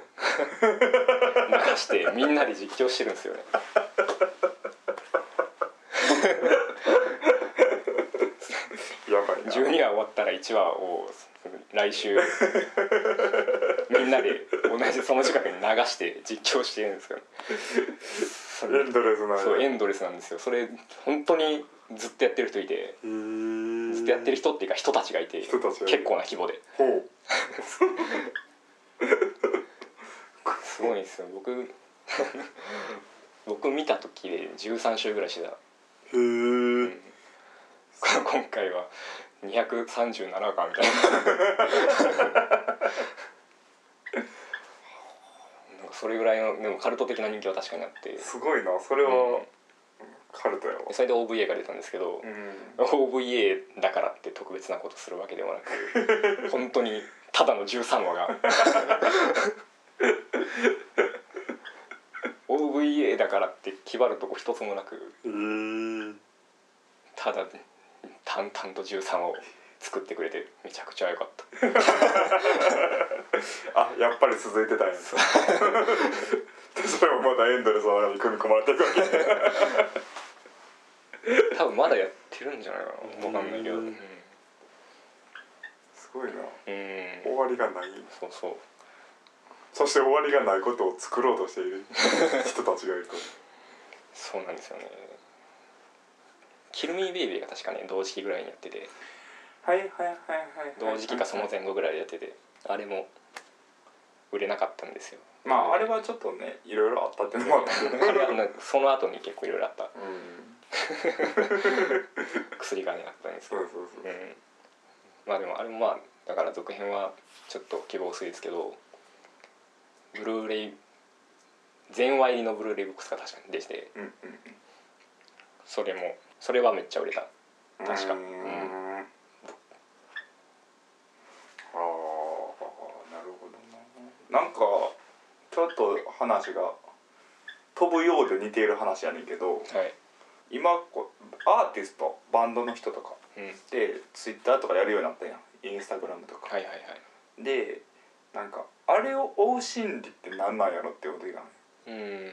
Speaker 2: 流してみんなで実況してるんですよね
Speaker 3: やばいな
Speaker 2: 12話終わったら1話を来週みんなで同じその時間に流して実況してるんですよそれ
Speaker 3: エンドレスな
Speaker 2: そうエ
Speaker 3: ン
Speaker 2: ンドレスなんですよそれ本当にずっとやってる人いてずっとやってる人っていうか人たちがいて
Speaker 3: 人たちがいる
Speaker 2: 結構な規模で
Speaker 3: ほう
Speaker 2: すごいんですよ僕僕見た時で13週ぐらいしてた
Speaker 3: へー
Speaker 2: 今回は237かみたい ななんかそれぐらいのでもカルト的な人気は確かにあって
Speaker 3: すごいなそれ
Speaker 2: う
Speaker 3: は
Speaker 2: ん
Speaker 3: カルトやわ
Speaker 2: それで OVA が出たんですけど、
Speaker 3: ん
Speaker 2: OVA だからって特別なことするわけでもなく本当にただの13話が OVA だからって気張るとこ一つもなく
Speaker 3: うん
Speaker 2: ただ淡々と13話を作ってくれてめちゃくちゃ良かった
Speaker 3: あやっぱり続いてたんや それもまだエンドレスの中に組み込まれてい くわけ
Speaker 2: 多分まだやってるんじゃないかなわかんないけど
Speaker 3: う
Speaker 2: うんん
Speaker 3: すごいな
Speaker 2: うん
Speaker 3: 終わりがない
Speaker 2: そうそう
Speaker 4: そして終わりがないことを作ろうとしてい る人たちがいると
Speaker 2: そうなんですよねキルミーベイビーが確かね同時期ぐらいにやってて
Speaker 3: はいはいはいはい
Speaker 2: 同時期かその前後ぐらいでやっててあれも売れなかったんですよ
Speaker 3: まああれはちょっとねいろいろあったって いうのもあったけどね
Speaker 2: あれはなんかその後に結構いろいろあった
Speaker 4: うん
Speaker 2: 薬がねあったんですけ
Speaker 4: そ
Speaker 2: ど
Speaker 4: うそうそう
Speaker 2: うんまあでもあれもまあだから続編はちょっと希望薄いですけどブルーレイ全話入りのブルーレイボックスが確かに出て
Speaker 3: うんうん
Speaker 2: それもそれはめっちゃ売れた
Speaker 4: うん
Speaker 2: 確か
Speaker 4: うーんあ
Speaker 3: ああなるほどななんかちょっと話が飛ぶようで似ている話やねんけど
Speaker 2: はい、
Speaker 3: 今こうアーティストバンドの人とか
Speaker 2: うん、はい
Speaker 3: でツイッターとかやるようになったやんインスタグラムとか、
Speaker 2: はいはい
Speaker 3: でなんかあれを追う心理って何なんやろってことが
Speaker 2: うん
Speaker 3: 例え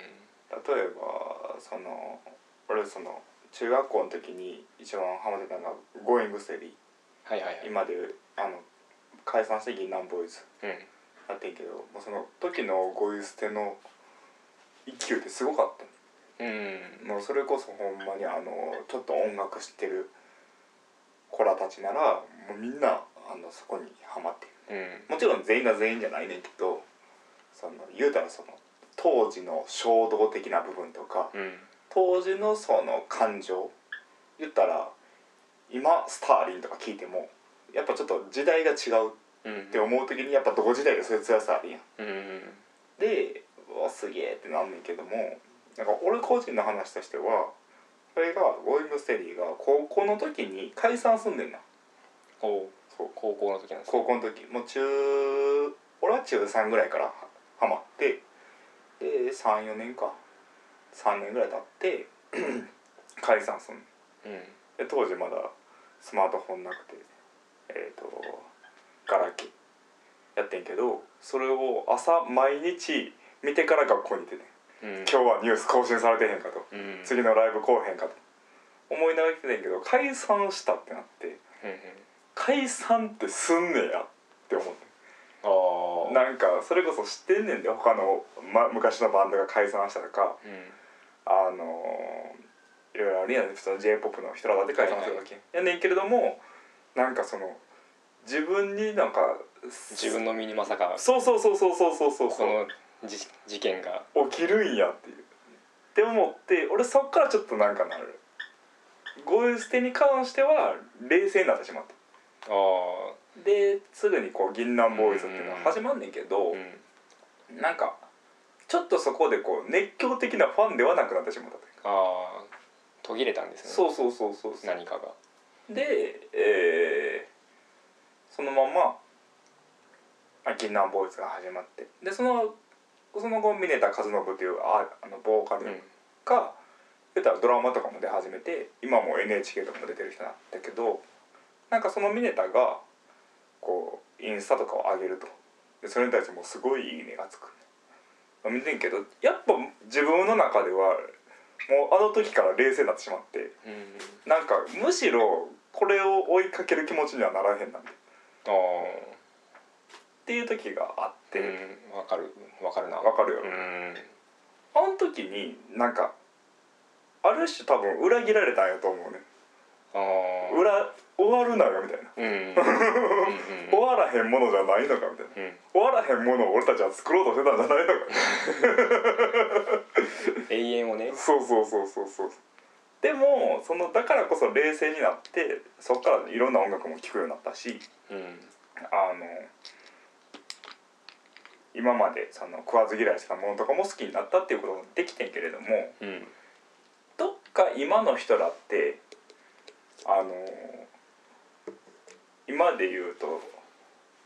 Speaker 3: ばその俺その中学校の時に一番ハマってたのが「Going セリ
Speaker 2: はいはいはい
Speaker 3: 今であの解散して銀杏ボーイズ
Speaker 2: うん
Speaker 3: やってんけどもうその時のゴイ捨ての勢いってすごかったね
Speaker 2: うん
Speaker 3: もうそれこそほんまにあのちょっと音楽知ってる子らたちならもうみんなあのそこにハマってる
Speaker 2: うん
Speaker 3: もちろん全員が全員じゃないねんけどその言うたらその当時の衝動的な部分とか
Speaker 2: うん
Speaker 3: 当時のその感情言ったら今スターリンとか聞いてもやっぱちょっと時代が違うっ
Speaker 2: うん
Speaker 3: て思う時にやっぱ同時代でそういう強さあるやん
Speaker 2: うん
Speaker 3: でうわすげえってなんねんけどもなんか俺個人の話としてはそれがゴーイングステリーが高校の時に解散すんねんな
Speaker 2: おう
Speaker 3: そう
Speaker 2: 高校の時なんですか
Speaker 3: 高校の時もう中俺は中3ぐらいからハマってで34年か3年ぐらい経って 解散すんねん
Speaker 2: うん
Speaker 3: で当時まだスマートフォンなくてえっ、とガラケーやってんけどそれを朝毎日見てから学校に行ってね
Speaker 2: うん
Speaker 3: 今日はニュース更新されてへんかと
Speaker 2: うん
Speaker 3: 次のライブ来おへんかと思いながら来てたんやけど解散したってなって
Speaker 2: うんうん
Speaker 3: 解散ってすんねやって思って
Speaker 2: ああ
Speaker 3: なんかそれこそ知ってんねんで他の、ま、昔のバンドが解散したとか
Speaker 2: うん
Speaker 3: あのー、いろいろあるやん普通の j p o p の人らだって解散するわけ、やねんけれどもなんかその自分になんか
Speaker 2: 自分の身にまさか
Speaker 3: そうそうそうそうそうそうそう
Speaker 2: このじ事件が
Speaker 3: 起きるんやっていうって思って俺そっからちょっとなんかなるゴイ捨てに関しては冷静になってしまった
Speaker 2: ああ
Speaker 3: ですぐにこう銀杏ボーイズっていうのは始まんねんけど、
Speaker 2: うん
Speaker 3: なんかちょっとそこでこう熱狂的なファンではなくなってしまったというか、
Speaker 2: ああ途切れたんですね
Speaker 3: そうそうそうそうそう
Speaker 2: 何かが
Speaker 3: で、えーそのままあ銀杏ボーイズが始まってでそのその後峰田和伸というああのボーカル
Speaker 2: うん
Speaker 3: が、出たらドラマとかも出始めて今も NHK とかも出てる人なんだけどなんかその峰田がこうインスタとかを上げるとでそれに対してもうすごいいいねがつく。まあ見てんけどやっぱ自分の中ではもうあの時から冷静になってしまって。
Speaker 2: うん
Speaker 3: なんかむしろこれを追いかける気持ちにはならへんなんてっ
Speaker 2: ああ
Speaker 3: ていう時があって、
Speaker 2: うんわかるわかるな
Speaker 3: わかるよ、
Speaker 2: うん
Speaker 3: あの時になんかある種多分裏切られたんやと思うね
Speaker 2: ああ
Speaker 3: 裏終わるなよみたいな
Speaker 2: うんうん
Speaker 3: 終わらへんものじゃないのかみたいな
Speaker 2: うんうん
Speaker 3: 終わらへんものを俺たちは作ろうとしてたんじゃないのかみたい
Speaker 2: 永遠をね
Speaker 3: なそうそうそうそうそうでもそのだからこそ冷静になってそっからいろんな音楽も聴くようになったし
Speaker 2: うん
Speaker 3: あの今までその食わず嫌いしてたものとかも好きになったっていうことができてんけれども
Speaker 2: うん
Speaker 3: どっか今の人らってあの今で言うと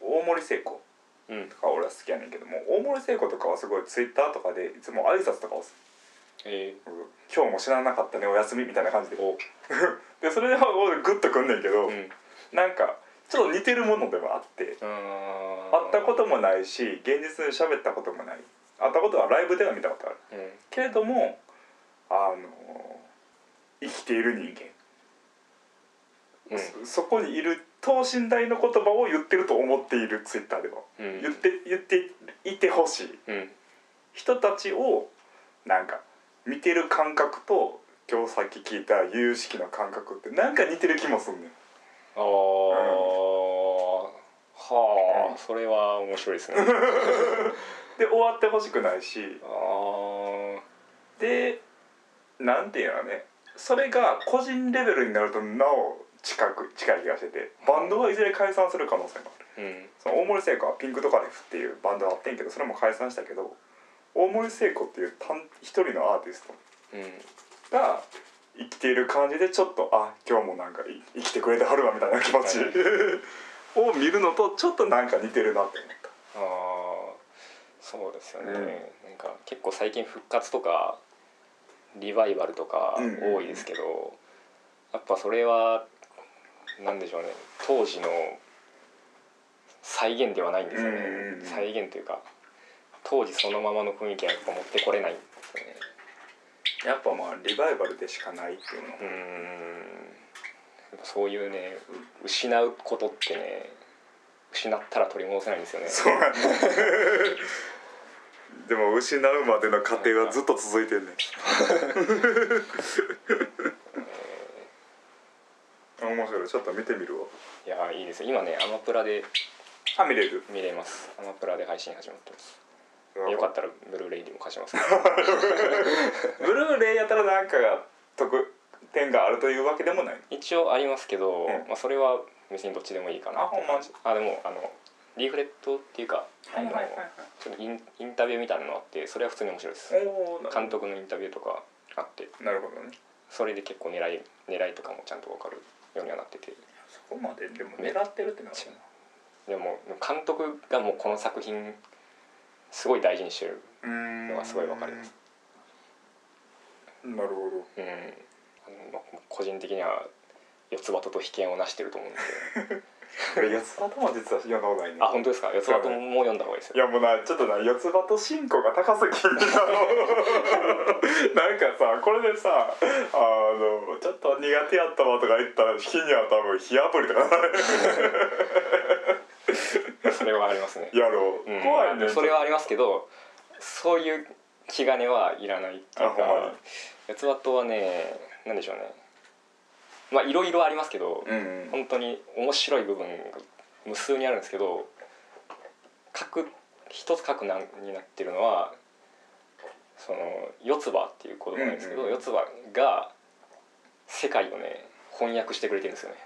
Speaker 3: 大森聖子
Speaker 2: うん
Speaker 3: とか俺は好きやねんけども大森聖子とかはすごいツイッターとかでいつも挨拶とかをす
Speaker 2: え
Speaker 3: る今日も知らなかったねお休み」みたいな感じで
Speaker 2: ーお
Speaker 3: でそれで俺グッとくんねんけど、
Speaker 2: うん
Speaker 3: なんかちょっと似てるものでもあって。
Speaker 2: あー
Speaker 3: 会ったこともないし現実に喋ったこともない会ったことはライブでは見たことある
Speaker 2: うん
Speaker 3: けれどもあの生きている人
Speaker 2: う
Speaker 3: 間、
Speaker 2: ん
Speaker 3: そそこにいる等身大の言葉を言ってると思っているツイッターでは、
Speaker 2: うん
Speaker 3: 言って言っていてほしい
Speaker 2: うん
Speaker 3: 人たちをなんか見てる感覚と今日さっき聞いた有識の感覚ってなんか似てる気もすんねん
Speaker 2: ああ、はあそれは面白い ですね
Speaker 3: で終わってほしくないし
Speaker 2: あー
Speaker 3: でなんていうのねそれが個人レベルになるとなお近く近い気がしててバンドはいずれ解散する可能性もある
Speaker 2: うん
Speaker 3: その大森聖子はピンクとかレフっていうバンドあってんけどそれも解散したけど大森聖子っていう単一人のアーティス
Speaker 2: うん
Speaker 3: トが生きている感じでちょっとあ今日もなんかい生きてくれてはるわみたいな気持ち
Speaker 2: はい
Speaker 3: を見るのとちょっとなんか似てるなって思った。
Speaker 2: ああそうですよね、なんか結構最近復活とかリバイバルとか
Speaker 3: うん
Speaker 2: 多いですけど、やっぱそれはなんでしょうね当時の再現ではないんですよね、
Speaker 3: うんうんうん
Speaker 2: 再現というか当時そのままの雰囲気はやっぱ持ってこれないんですよね
Speaker 3: やっぱまあリバイバルでしかないっていうのも
Speaker 2: うーんやっぱそういうねう失うことってね失ったら取り戻せないんですよね
Speaker 3: そうなんだでも失うまでの過程はずっと続いてんねん面白いちょっと見てみるわ
Speaker 2: いやいいですよ今ねアマプラで
Speaker 3: あ見れる
Speaker 2: 見れますアマプラで配信始まってますよ
Speaker 3: よ
Speaker 2: かったらブルーレイでも貸し ます
Speaker 3: ブルーレイやったらなんかが得点があるというわけでもない
Speaker 2: 一応ありますけど、
Speaker 3: うん
Speaker 2: まあ、それは別にどっちでもいいかな
Speaker 3: あほんま
Speaker 2: あでもあのリーフレットっていうか、あのちょっとインインタビューみたいなのあってそれは普通に面白いです
Speaker 3: おおな
Speaker 2: 監督のインタビューとかあって
Speaker 3: なるほどね
Speaker 2: それで結構狙い狙いとかもちゃんと分かるようにはなってて
Speaker 3: そこまででも狙ってるってなる
Speaker 2: でも監督がもうこの作品すごい大事にしてる
Speaker 3: うーん
Speaker 2: のがすごいわかります
Speaker 3: なるほど
Speaker 2: うんあのまあ個人的には四つ葉と飛剣をなしてると思うんで
Speaker 3: こ れ四つ葉とも実は読んだことないね
Speaker 2: あ本当ですか四つ葉とももう読んだ方がいいです
Speaker 3: い
Speaker 2: よ
Speaker 3: やもうなちょっとな四つ葉と進行が高すぎるななんかさこれでさあのちょっと苦手やったわとか言ったら日には多分火あぶりとかな る
Speaker 2: それはありますね、
Speaker 3: やろう、
Speaker 2: うん
Speaker 3: 怖いね
Speaker 2: それはありますけどそういう気兼ねはいらないって
Speaker 3: あ
Speaker 2: い
Speaker 3: ほ
Speaker 2: うん
Speaker 3: ま
Speaker 2: か四つ葉とはねなんでしょうねまあいろいろありますけど、
Speaker 3: にうん
Speaker 2: 本当に面白い部分が無数にあるんですけど書く一つ書くなんになってるのはその四つ葉っていう言葉なんですけど、
Speaker 3: うんうん
Speaker 2: 四つ葉が世界をね翻訳してくれてるんですよね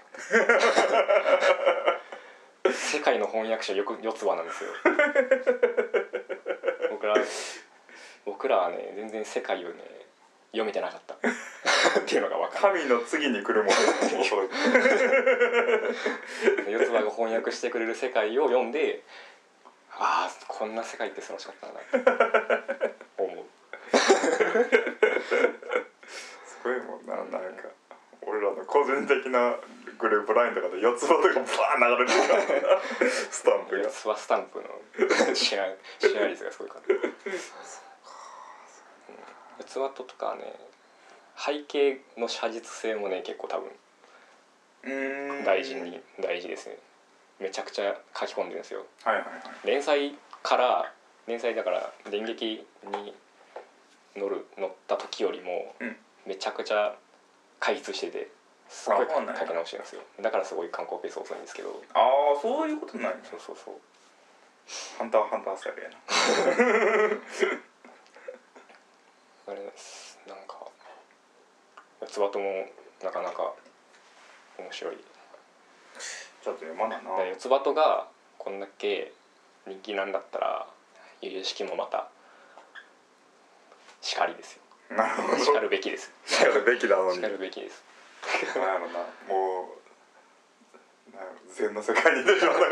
Speaker 2: 世界の翻訳者よく四つ葉なんですよ僕ら僕らはね全然世界をね読めてなかったっていうのが分かる
Speaker 3: 神の次に来るもの恐れて
Speaker 2: 四つ葉が翻訳してくれる世界を読んでああこんな世界って素晴らしかったなって思う
Speaker 3: すごいもんななんか俺らの個人的なグループラインとかで四つ葉とかバーン流れてるから スタンプ
Speaker 2: 四
Speaker 3: が
Speaker 2: つ葉スタンプ のシェアシェア率がすごいからうん四つ葉ととかね背景の写実性もね結構多分
Speaker 3: うん
Speaker 2: 大事に大事ですねめちゃくちゃ書き込んでるんですよ
Speaker 3: はいはいはい
Speaker 2: 連載から連載だから電撃に乗る乗った時よりも
Speaker 3: うん
Speaker 2: めちゃくちゃ開通しててすごい
Speaker 3: あそうなんや
Speaker 2: 書き直してるんですよだからすごい観光ペース遅いんですけど
Speaker 3: ああそういうことなんや
Speaker 2: そうそうそう
Speaker 3: ハンターハンタースタイルやな
Speaker 2: あれですなんか四つ葉ともなかなか面白い
Speaker 3: ちょっと読まなな
Speaker 2: だから四つ葉とがこんだけ人気なんだったら有識もまたしかりですよ
Speaker 3: なるほど
Speaker 2: しかるべきです
Speaker 3: 叱るべきなの
Speaker 2: し
Speaker 3: に
Speaker 2: か
Speaker 3: なんや
Speaker 2: るべきです
Speaker 3: ろなもうなんやろ禅の世界に出てしまったから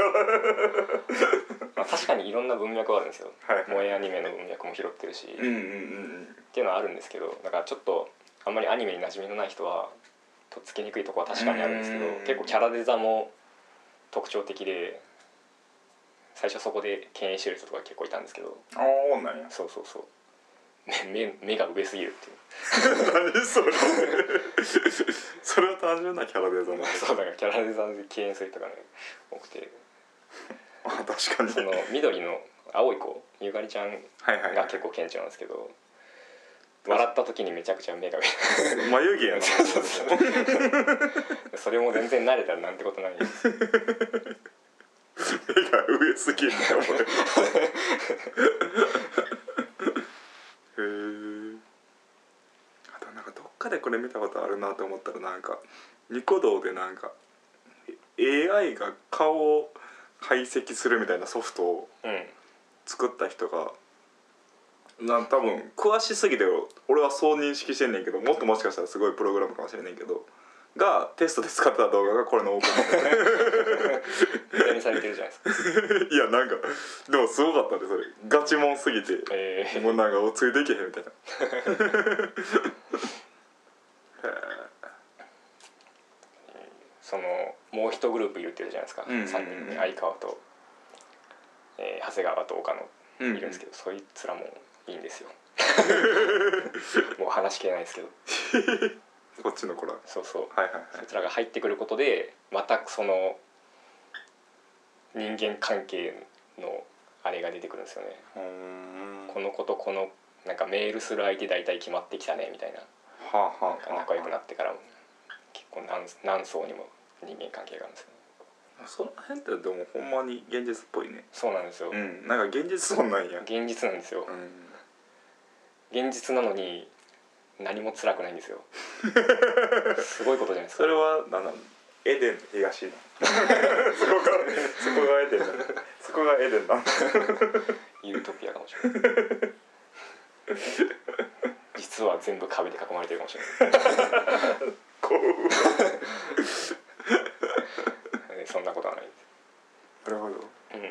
Speaker 2: まあ、確かにいろんな文脈はあるんですよ
Speaker 3: はい
Speaker 2: 萌えアニメの文脈も拾ってるし、
Speaker 3: う
Speaker 2: っ
Speaker 3: んうんうん
Speaker 2: ていうのはあるんですけどだからちょっとあんまりアニメに馴染みのない人はとっつきにくいとこは確かにあるんですけど
Speaker 3: うん
Speaker 2: 結構キャラデザも特徴的で最初そこで敬遠してる人とか結構いたんですけど
Speaker 3: ああなんや
Speaker 2: そうそうそう目目目が上すぎるっていう
Speaker 3: 何それ それは単純なキャラデザなの
Speaker 2: そうだからキャラデザーで敬遠する人がね多くて
Speaker 3: あ 確かに
Speaker 2: その緑の青い子ゆかりちゃん
Speaker 3: はいはい、は
Speaker 2: が
Speaker 3: い
Speaker 2: 結構顕著なんですけど笑った時にめちゃくちゃ目が上
Speaker 3: 眉毛やな
Speaker 2: それも全然慣れたらなんてことないです
Speaker 3: 目が上すぎるな俺へえあ となんかどっかでこれ見たことあるなと思ったらなんかニコ動でなんか AI が顔を解析するみたいなソフトを
Speaker 2: うん
Speaker 3: 作った人がなん多分詳しすぎて俺はそう認識してんねんけどもっともしかしたらすごいプログラムかもしれないけどがテストで使ってた動画がこれのオープ
Speaker 2: 無駄にされてるじゃないです か
Speaker 3: ンいやなんかでもすごかったでそれガチモンすぎて
Speaker 2: ええ
Speaker 3: もうなんかおついできへんみたいなへ
Speaker 2: そのもう一グループいるって言うじゃないですか、
Speaker 3: うんうんうん
Speaker 2: 三3人に相川と、えー長谷川と岡野
Speaker 3: えうん
Speaker 2: いるんですけど、そいつらもいいん ですよもう話しきれないですけど
Speaker 3: こっちの子らは
Speaker 2: そうそう
Speaker 3: いはいはい
Speaker 2: そいつらが入ってくることでまたその人間関係のあれが出てくるんですよね、
Speaker 3: うーんは
Speaker 2: この子とこのなんかメールする相手大体決まってきたねみたいな
Speaker 3: あはあはあ
Speaker 2: 仲良くなってからも結構何何層にも人間関係があるんですよね
Speaker 3: その辺ってでもほんまに現実っぽいね
Speaker 2: そうなんですよ、
Speaker 3: うんなんか現実そうなんや
Speaker 2: 現実なんですよ、
Speaker 3: うん
Speaker 2: 現実なのに何も辛くないん ですよすごいことじゃないですか
Speaker 3: それは何なのエデン東な そこがそこがエデンなそこがエデンな
Speaker 2: ユートピアかもし れない実は全部壁で囲まれてるかもしれ
Speaker 3: こう
Speaker 2: ないそんな ことはないで
Speaker 3: なるほど
Speaker 2: す、うん、っ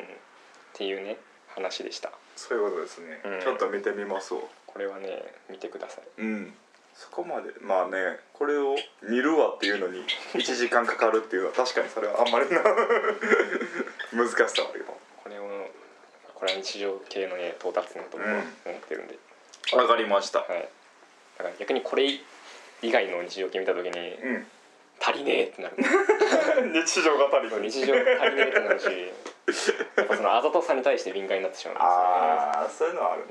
Speaker 2: ていうね話でした
Speaker 3: そういうことですね、
Speaker 2: うん
Speaker 3: ちょっと見てみますわ
Speaker 2: これはね見てください
Speaker 3: うんそこまでまあねこれを見るわってい うのに1時間かかるっていうのは確かにそれはあんまりな 難しさはあるよ
Speaker 2: これをこれは日常系のね到達のところは思ってるんで、
Speaker 3: わかりました
Speaker 2: はいだから逆にこれ以外の日常系見た時に
Speaker 3: うん
Speaker 2: 足りねえってなる
Speaker 3: 日常語り
Speaker 2: 日常足りねえってなるしやっぱそのあざとさに対して敏感になってしまうん
Speaker 3: ああそういうのはある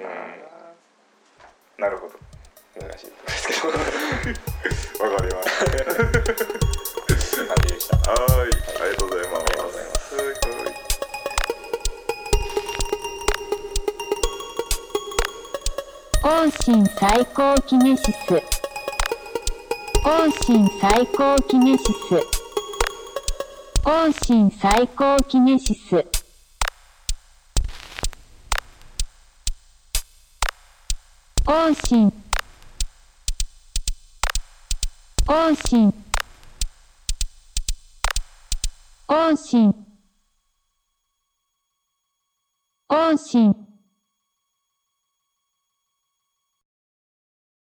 Speaker 3: な、なるほど
Speaker 2: ですよね難しいところです
Speaker 3: わかりまし た
Speaker 2: けど感じでした
Speaker 3: はーい、ありがとうございます。
Speaker 2: ありがとうございます
Speaker 3: ごい。
Speaker 1: 往診最高キネシス往診最高キネシス往診最高キネシス往診往診往診往診